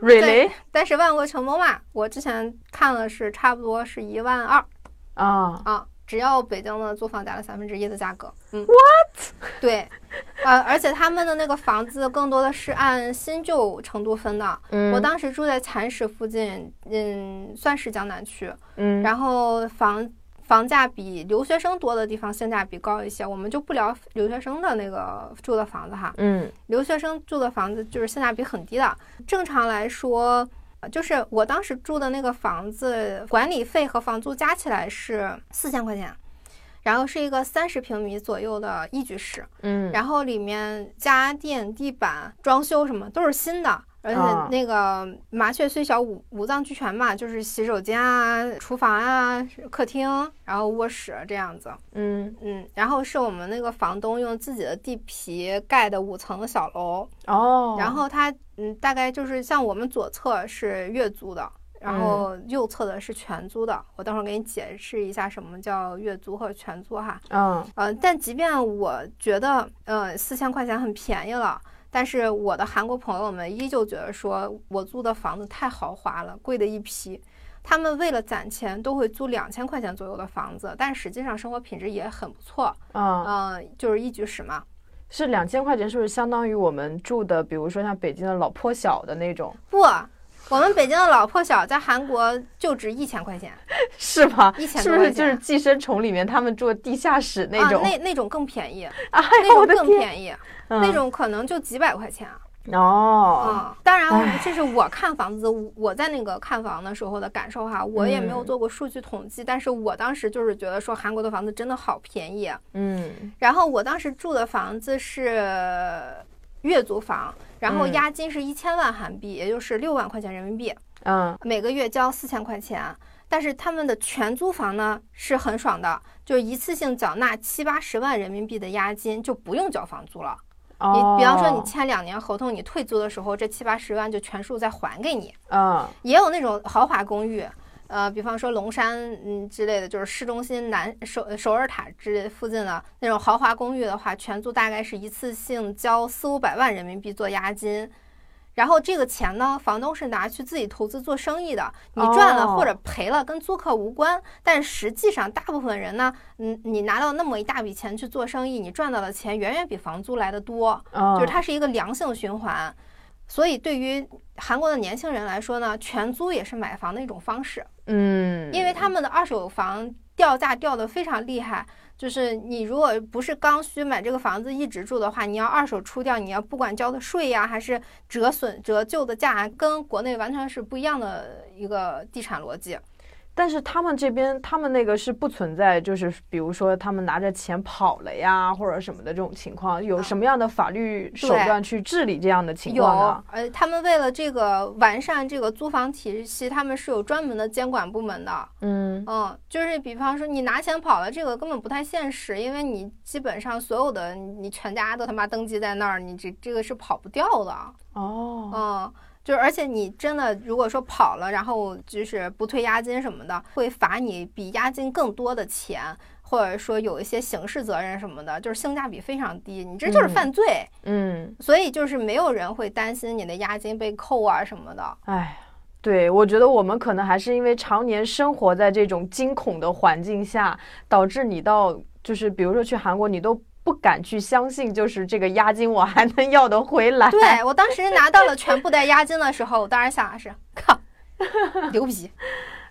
Speaker 2: ，really
Speaker 1: 但是万国城 MOMA 我之前看了是差不多是一万二
Speaker 2: 啊，
Speaker 1: 啊，只要北京的租房价的三分之一的价格。嗯，what？对，呃，而且他们的那个房子更多的是按新旧程度分的。
Speaker 2: 嗯，
Speaker 1: 我当时住在蚕食附近，嗯，算是江南区。
Speaker 2: 嗯
Speaker 1: 然后房房价比留学生多的地方性价比高一些，我们就不聊留学生的那个住的房子哈。
Speaker 2: 嗯
Speaker 1: 留学生住的房子就是性价比很低的。正常来说，呃就是我当时住的那个房子，管理费和房租加起来是四千块钱，然后是一个三十平米左右的一居室，
Speaker 2: 嗯
Speaker 1: 然后里面家电、地板、装修什么都是新的，而
Speaker 2: 啊
Speaker 1: 且那个麻雀虽小五五脏俱全嘛，就是洗手间啊、厨房啊、客厅，然后卧室这样子。
Speaker 2: 嗯，
Speaker 1: 嗯，然后是我们那个房东用自己的地皮盖的五层的小楼，
Speaker 2: 哦，
Speaker 1: 然后它嗯大概就是像我们左侧是月租的。然
Speaker 2: 嗯
Speaker 1: 后右侧的是全租的，我等会儿给你解释一下什么叫月租或者全租哈。
Speaker 2: 嗯
Speaker 1: 呃，但即便我觉得，呃，四千块钱很便宜了，但是我的韩国朋友们依旧觉得说，我租的房子太豪华了，贵的一批。他们为了攒钱，都会租两千块钱左右的房子，但实际上生活品质也很不错，
Speaker 2: 嗯，
Speaker 1: 嗯、就是一举使嘛。
Speaker 2: 是两千块钱，是不是相当于我们住的，比如说像北京的老破小的那 种，
Speaker 1: 不，我们北京的老破小在韩国就值一千块钱，
Speaker 2: 是吧？
Speaker 1: 1000
Speaker 2: 是不是
Speaker 1: 多块钱
Speaker 2: 就是寄生虫里面他们住的地下室那
Speaker 1: 啊、？
Speaker 2: 种
Speaker 1: 那那种更便宜，
Speaker 2: 哎
Speaker 1: 那
Speaker 2: 呦
Speaker 1: 种
Speaker 2: 我的
Speaker 1: 更
Speaker 2: 天！
Speaker 1: 便宜，
Speaker 2: 嗯
Speaker 1: 那种可能就几百块钱。啊
Speaker 2: 哦，
Speaker 1: 嗯，当然我，这是我看房子，我我在那个看房的时候的感受哈，我也没有
Speaker 2: 嗯
Speaker 1: 做过数据统计，但是我当时就是觉得说韩国的房子真的好便宜。啊
Speaker 2: 嗯
Speaker 1: 然后我当时住的房子是月租房，然后
Speaker 2: 嗯
Speaker 1: 押金是一千万韩币，也就是六万块钱人民币，
Speaker 2: 嗯
Speaker 1: 每个月交四千块钱。但是他们的全租房呢是很爽的，就是一次性缴纳七八十万人民币的押金，就不用交房租了。你
Speaker 2: 哦，
Speaker 1: 比方说你签两年合同，你退租的时候，这七八十万就全数再还给你。
Speaker 2: 嗯
Speaker 1: 也有那种豪华公寓，呃，比方说龙山嗯之类的，就是市中心南首首尔塔之类附近的那种豪华公寓的话，全租大概是一次性交四五百万人民币做押金。然后这个钱呢，房东是拿去自己投资做生意的，你赚了
Speaker 2: 哦
Speaker 1: 或者赔了跟租客无关。但实际上，大部分人呢，嗯，你拿到那么一大笔钱去做生意，你赚到的钱远远比房租来的多。
Speaker 2: 嗯，
Speaker 1: 就是它是一个良性循环。所以对于韩国的年轻人来说呢，全租也是买房的一种方式，
Speaker 2: 嗯，
Speaker 1: 因为他们的二手房掉价掉得非常厉害。就是你如果不是刚需买这个房子一直住的话，你要二手出掉，你要不管交的税呀、还是折损折旧的价啊，跟国内完全是不一样的一个地产逻辑。
Speaker 2: 但是他们这边，他们那个是不存在，就是比如说他们拿着钱跑了呀，或者什么的这种情况，有什么样的法律手段去治理这样的情
Speaker 1: 有
Speaker 2: 况呢？，
Speaker 1: 呃，他们为了这个完善这个租房体系，他们是有专门的监管部门的。
Speaker 2: 嗯，
Speaker 1: 嗯，就是比方说你拿钱跑了，这个根本不太现实，因为你基本上所有的你全家都他妈登记在那儿，你这这个是跑不掉的。
Speaker 2: 哦，
Speaker 1: 嗯，就是而且你真的如果说跑了，然后就是不退押金什么的，会罚你比押金更多的钱，或者说有一些刑事责任什么的，就是性价比非常低，你这就是
Speaker 2: 嗯
Speaker 1: 犯罪，
Speaker 2: 嗯，
Speaker 1: 所以就是没有人会担心你的押金被扣啊什么的。
Speaker 2: 哎，对，我觉得我们可能还是因为常年生活在这种惊恐的环境下，导致你到就是比如说去韩国，你都不敢去相信，就是这个押金我还能要得回 来。
Speaker 1: 对我当时拿到了全部的押金的时候，我当时想的是， 靠，牛逼，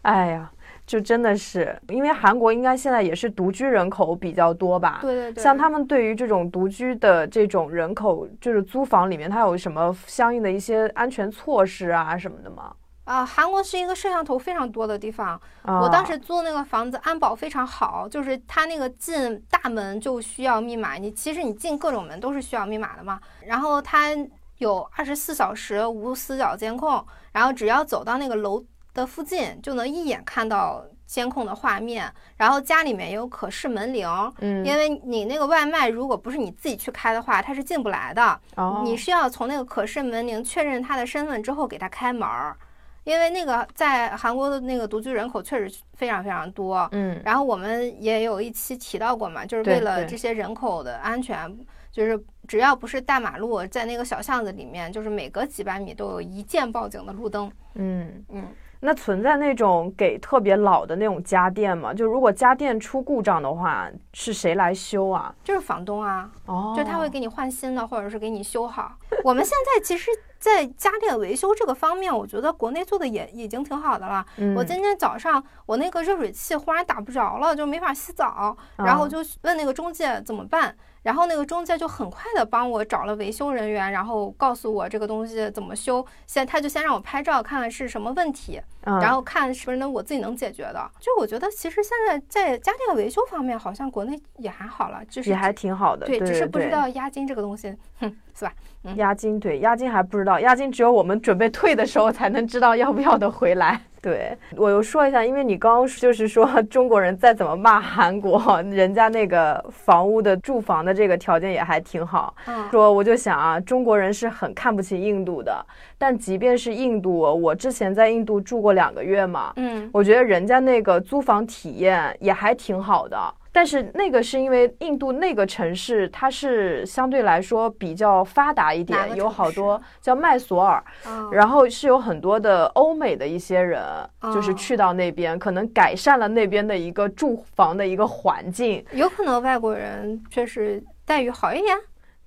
Speaker 2: 哎呀，就真的是，因为韩国应该现在也是独居人口比较多吧？
Speaker 1: 对对对，
Speaker 2: 像他们对于这种独居的这种人口，就是租房里面，它有什么相应的一些安全措施啊什么的吗？
Speaker 1: 啊、韩国是一个摄像头非常多的地方，
Speaker 2: 啊、
Speaker 1: 我当时租那个房子安保非常好，就是它那个进大门就需要密码，你其实你进各种门都是需要密码的嘛。然后它有二十四小时无死角监控，然后只要走到那个楼的附近，就能一眼看到监控的画面。然后家里面也有可视门铃，
Speaker 2: 嗯，
Speaker 1: 因为你那个外卖如果不是你自己去开的话，它是进不来的。
Speaker 2: 哦
Speaker 1: 你是要从那个可视门铃确认他的身份之后给他开门儿，因为那个在韩国的那个独居人口确实非常非常多。
Speaker 2: 嗯
Speaker 1: 然后我们也有一期提到过嘛，就是
Speaker 2: 对
Speaker 1: 为了
Speaker 2: 对
Speaker 1: 这些人口的安全，就是只要不是大马路，在那个小巷子里面，就是每隔几百米都有一键报警的路灯。
Speaker 2: 嗯。
Speaker 1: 嗯，
Speaker 2: 那存在那种给特别老的那种家电吗？就如果家电出故障的话，是谁来修啊？
Speaker 1: 就是房东啊，
Speaker 2: 哦，
Speaker 1: 就是他会给你换新的，或者是给你修好。我们现在其实，在家电维修这个方面，我觉得国内做的也已经挺好的了。
Speaker 2: 嗯，
Speaker 1: 我今天早上我那个热水器忽然打不着了，就没法洗澡，
Speaker 2: 啊
Speaker 1: 然后就问那个中介怎么办，然后那个中介就很快的帮我找了维修人员，然后告诉我这个东西怎么修，先他就先让我拍照看看是什么问题，
Speaker 2: 嗯
Speaker 1: 然后看是不是能我自己能解决的。就我觉得其实现在在家电维修方面，好像国内也还好了，只是
Speaker 2: 也还挺好的，
Speaker 1: 对，
Speaker 2: 对，
Speaker 1: 只是不
Speaker 2: 对
Speaker 1: 知道押金这个东西，哼，是吧？
Speaker 2: 押金对，押金还不知道，押金只有我们准备退的时候才能知道要不要的回来。 对我又说一下，因为你刚刚就是说中国人再怎么骂韩国，人家那个房屋的住房的这个条件也还挺好。
Speaker 1: 嗯，
Speaker 2: 说我就想啊，中国人是很看不起印度的，但即便是印度，我之前在印度住过两个月嘛，
Speaker 1: 嗯，
Speaker 2: 我觉得人家那个租房体验也还挺好的，但是那个是因为印度那个城市它是相对来说比较发达一
Speaker 1: 哪个
Speaker 2: 点，有
Speaker 1: 城
Speaker 2: 好
Speaker 1: 市
Speaker 2: 多叫麦索尔，
Speaker 1: 嗯
Speaker 2: 然后是有很多的欧美的一些人，就是
Speaker 1: 哦
Speaker 2: 去到那边，可能改善了那边的一个住房的一个环境。
Speaker 1: 有可能外国人确实待遇好一点。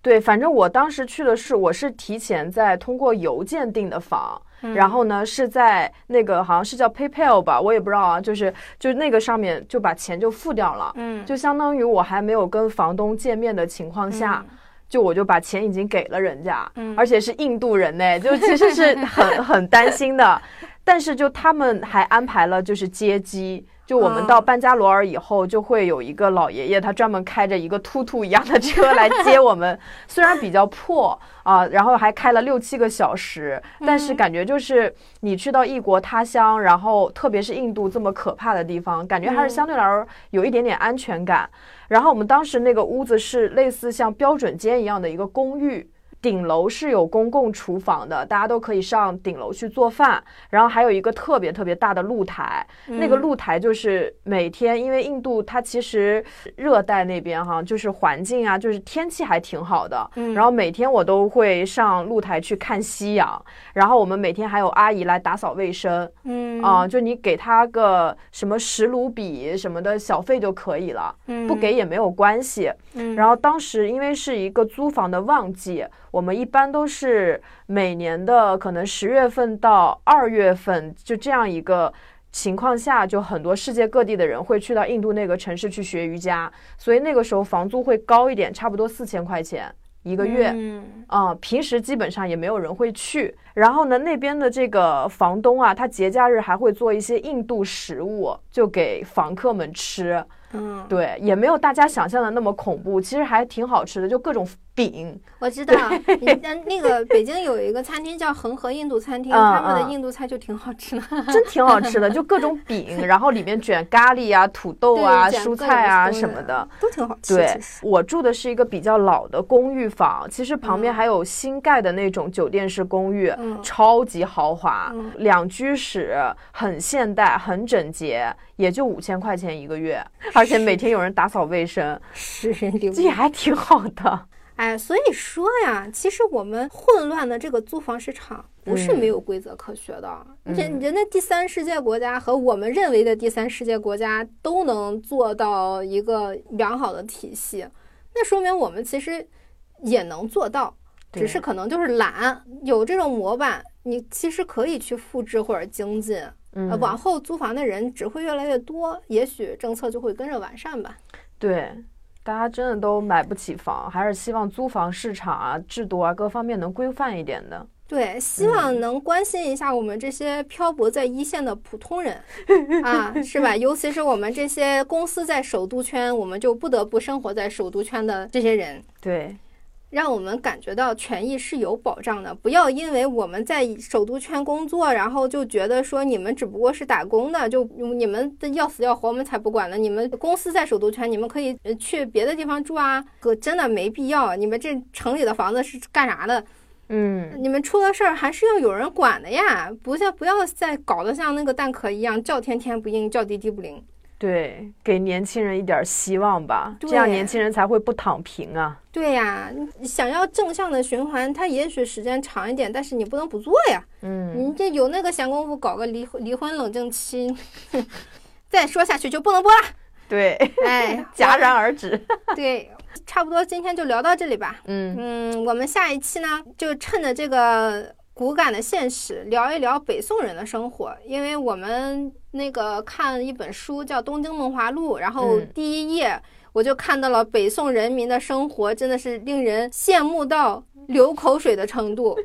Speaker 2: 对，反正我当时去的是，我是提前在通过邮件订的房，
Speaker 1: 嗯
Speaker 2: 然后呢是在那个好像是叫 PayPal 吧，我也不知道啊，就是就那个上面就把钱就付掉了，
Speaker 1: 嗯，
Speaker 2: 就相当于我还没有跟房东见面的情况下，就我就把钱已经给了人家，
Speaker 1: 嗯
Speaker 2: 而且是印度人呢， 就其实是很很担心的，但是就他们还安排了就是接机。就我们
Speaker 1: 哦
Speaker 2: 到班加罗尔以后，就会有一个老爷爷，他专门开着一个突突一样的车来接我们。虽然比较破啊，然后还开了六七个小时，但是感觉就是你去到异国他乡，然后特别是印度这么可怕的地方，感觉还
Speaker 1: 嗯
Speaker 2: 是相对来说有一点点安全感。然后我们当时那个屋子是类似像标准间一样的一个公寓。顶楼是有公共厨房的，大家都可以上顶楼去做饭。然后还有一个特别特别大的露台，那个
Speaker 1: 嗯
Speaker 2: 露台就是每天，因为印度它其实热带那边哈，就是环境啊，就是天气还挺好的。
Speaker 1: 嗯
Speaker 2: 然后每天我都会上露台去看夕阳，然后我们每天还有阿姨来打扫卫生。
Speaker 1: 嗯
Speaker 2: 啊、就你给他个什么十卢比什么的小费就可以了，不给，也没有关系。
Speaker 1: 嗯、
Speaker 2: 然后当时因为是一个租房的旺季，我们一般都是每年的可能十月份到二月份就这样一个情况下，就很多世界各地的人会去到印度那个城市去学瑜伽，所以那个时候房租会高一点，差不多四千块钱一个月。
Speaker 1: 嗯
Speaker 2: 啊、平时基本上也没有人会去。然后呢，那边的这个房东啊，他节假日还会做一些印度食物，就给房客们吃。
Speaker 1: 嗯，
Speaker 2: 对，也没有大家想象的那么恐怖，其实还挺好吃的，就各种 饼。
Speaker 1: 我知道。你但那个北京有一个餐厅叫恒河印度餐厅，
Speaker 2: 嗯
Speaker 1: 他们的
Speaker 2: 嗯
Speaker 1: 印度菜就挺好吃的。
Speaker 2: 真挺好吃的，就各种 饼，然后里面卷咖喱啊、土豆啊、
Speaker 1: 对卷
Speaker 2: 蔬
Speaker 1: 各
Speaker 2: 菜啊
Speaker 1: 种
Speaker 2: 什么的。
Speaker 1: 都挺好吃。
Speaker 2: 对
Speaker 1: 其实
Speaker 2: 我住的是一个比较老的公寓房，其实旁
Speaker 1: 嗯
Speaker 2: 边还有新盖的那种酒店式公寓，
Speaker 1: 嗯
Speaker 2: 超级豪华，
Speaker 1: 嗯
Speaker 2: 两居室，很现代，很整洁，也就五千块钱一个 月，而且每天有人打扫卫生，
Speaker 1: 食人流
Speaker 2: 这也还挺好的。
Speaker 1: 哎，所以说呀，其实我们混乱的这个租房市场不是
Speaker 2: 嗯
Speaker 1: 没有规则可学的，人人家第三世界国家和我们认为的第三世界国家都能做到一个良好的体系，那说明我们其实也能做到，只
Speaker 2: 对
Speaker 1: 是可能就是懒，有这种模板，你其实可以去复制或者精进。呃
Speaker 2: 嗯，
Speaker 1: 往后租房的人只会越来越多，也许政策就会跟着完善吧。
Speaker 2: 对。大家真的都买不起房，还是希望租房市场啊、制度啊各方面能规范一点的。
Speaker 1: 对，希望能关心一下我们这些漂泊在一线的普通人，啊，是吧？尤其是我们这些公司在首都圈，我们就不得不生活在首都圈的这些人，
Speaker 2: 对，
Speaker 1: 让我们感觉到权益是有保障的。不要因为我们在首都圈工作，然后就觉得说你们只不过是打工的，就你们的要死要活，我们才不管呢。你们公司在首都圈，你们可以呃去别的地方住啊，可真的没必要。你们这城里的房子是干啥的？
Speaker 2: 嗯，
Speaker 1: 你们出了事儿还是要有人管的呀，不像不要再搞得像那个蛋壳一样叫天天不应，叫地地不灵。
Speaker 2: 对，给年轻人一点儿希望吧，这样
Speaker 1: 对
Speaker 2: 年轻人才会不躺平啊。
Speaker 1: 对呀，你想要正向的循环，它也许时间长一点，但是你不能不做呀。
Speaker 2: 嗯，
Speaker 1: 你这有那个闲工夫搞个离婚离婚冷静期， 再说下去就不能 播了。
Speaker 2: 对，，
Speaker 1: 哎
Speaker 2: 戛然而止。
Speaker 1: 对，差不多今天就聊到这里吧。
Speaker 2: 嗯，
Speaker 1: 嗯，我们下一期呢，就趁着这个骨感的现实，聊一聊北宋人的生活。因为我们那个看一本书叫《东京梦华录》，然后
Speaker 2: 嗯
Speaker 1: 第一页我就看到了北宋人民的生活，真的是令人羡慕到流口水的程度。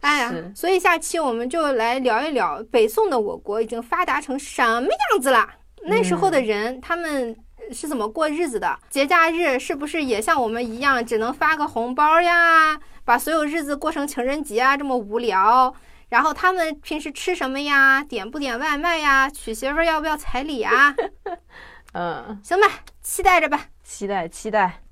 Speaker 1: 哎呀
Speaker 2: 是，
Speaker 1: 所以下期我们就来聊一聊北宋的我国已经发达成什么样子了。那时候的人，他们是怎么过日子的？节假日是不是也像我们一样，只能发个红包呀，把所有日子过成情人节啊，这么无聊？然后他们平时吃什么呀？点不点外卖呀？娶媳妇儿要不要彩礼啊？
Speaker 2: 嗯，
Speaker 1: 行吧，期待着吧。
Speaker 2: 期待期待。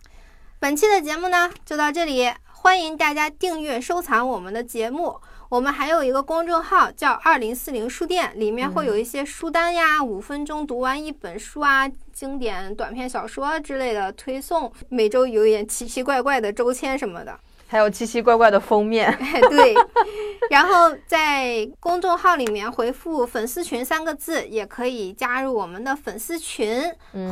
Speaker 1: 本期的节目呢就到这里，欢迎大家订阅收藏我们的节目。我们还有一个公众号叫“二零四零书店”，里面会有一些书单呀，五分钟读完一本书啊，经典短篇小说之类的推送，每周有一点奇奇怪怪的周签什么的。
Speaker 2: 还有奇奇怪怪的封面。
Speaker 1: 哎， 对。然后在公众号里面回复“粉丝群”三个字，也可以加入我们的粉丝群。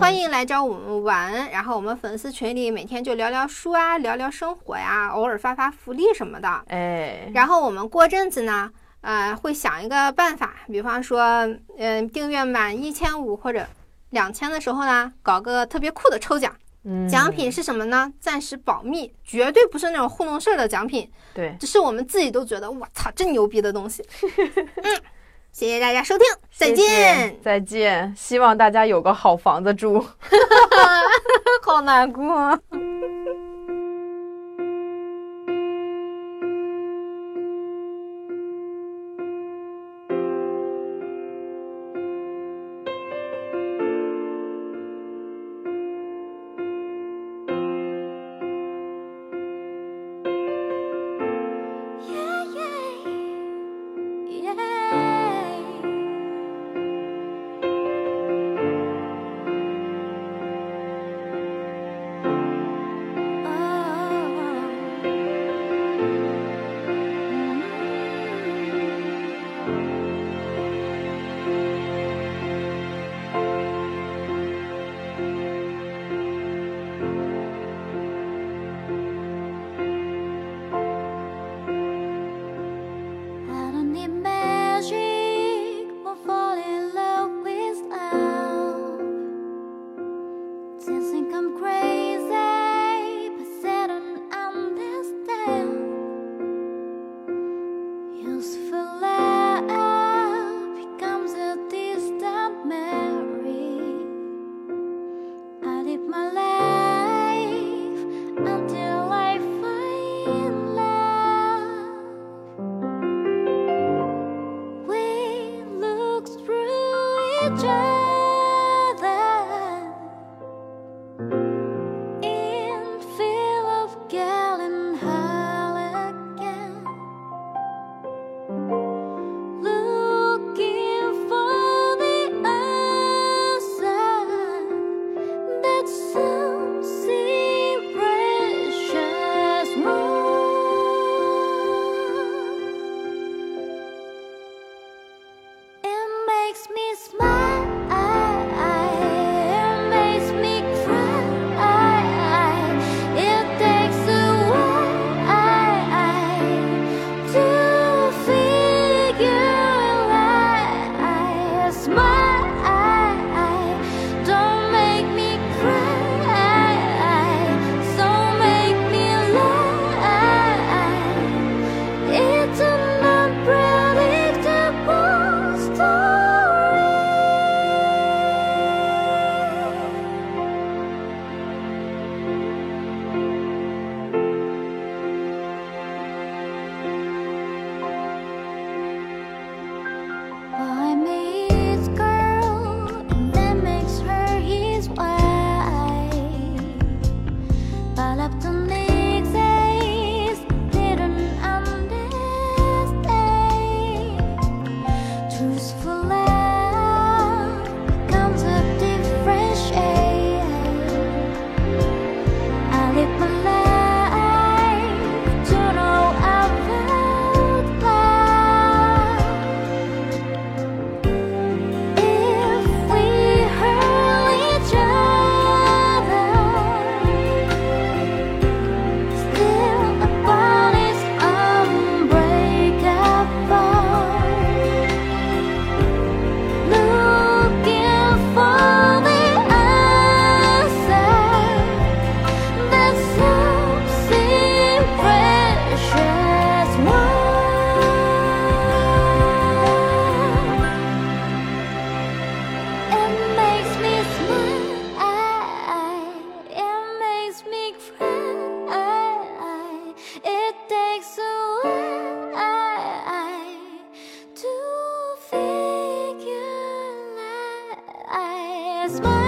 Speaker 1: 欢迎来找我们玩。然后我们粉丝群里每天就聊聊书啊，聊聊生活呀，偶尔发发福利什么的。
Speaker 2: 哎，
Speaker 1: 然后我们过阵子呢，呃，会想一个办法，比方说，嗯、订阅满一千五或者两千的时候呢，搞个特别酷的抽奖。
Speaker 2: 嗯
Speaker 1: 奖品是什么呢？暂时保密，绝对不是那种糊弄事儿的奖品，
Speaker 2: 对，
Speaker 1: 只是我们自己都觉得我操，真牛逼的东 西。嗯，谢谢大家收听，再见。
Speaker 2: 谢谢再见。希望大家有个好房子住。
Speaker 1: 好难过。
Speaker 3: Yeah, yeah, yeah. Ah, Mm-hmm. heaven in feel of Galen again looking for the answer that some see precious moon. It makes me smile. It makes me cry. It takes away to figure Smile. Don't make me cry. So make me lie. It's an unpredictable story. Why meets girl, and then makes her his wife. But up to next days, didn't understand. Truthful love becomes a different shade. I live my life to know about love. If we hurt each other, still the bond is unbreakable. Looking for the answer that's something precious one. It makes me smile. It makes me cry. It takes a while to figure life. Smile.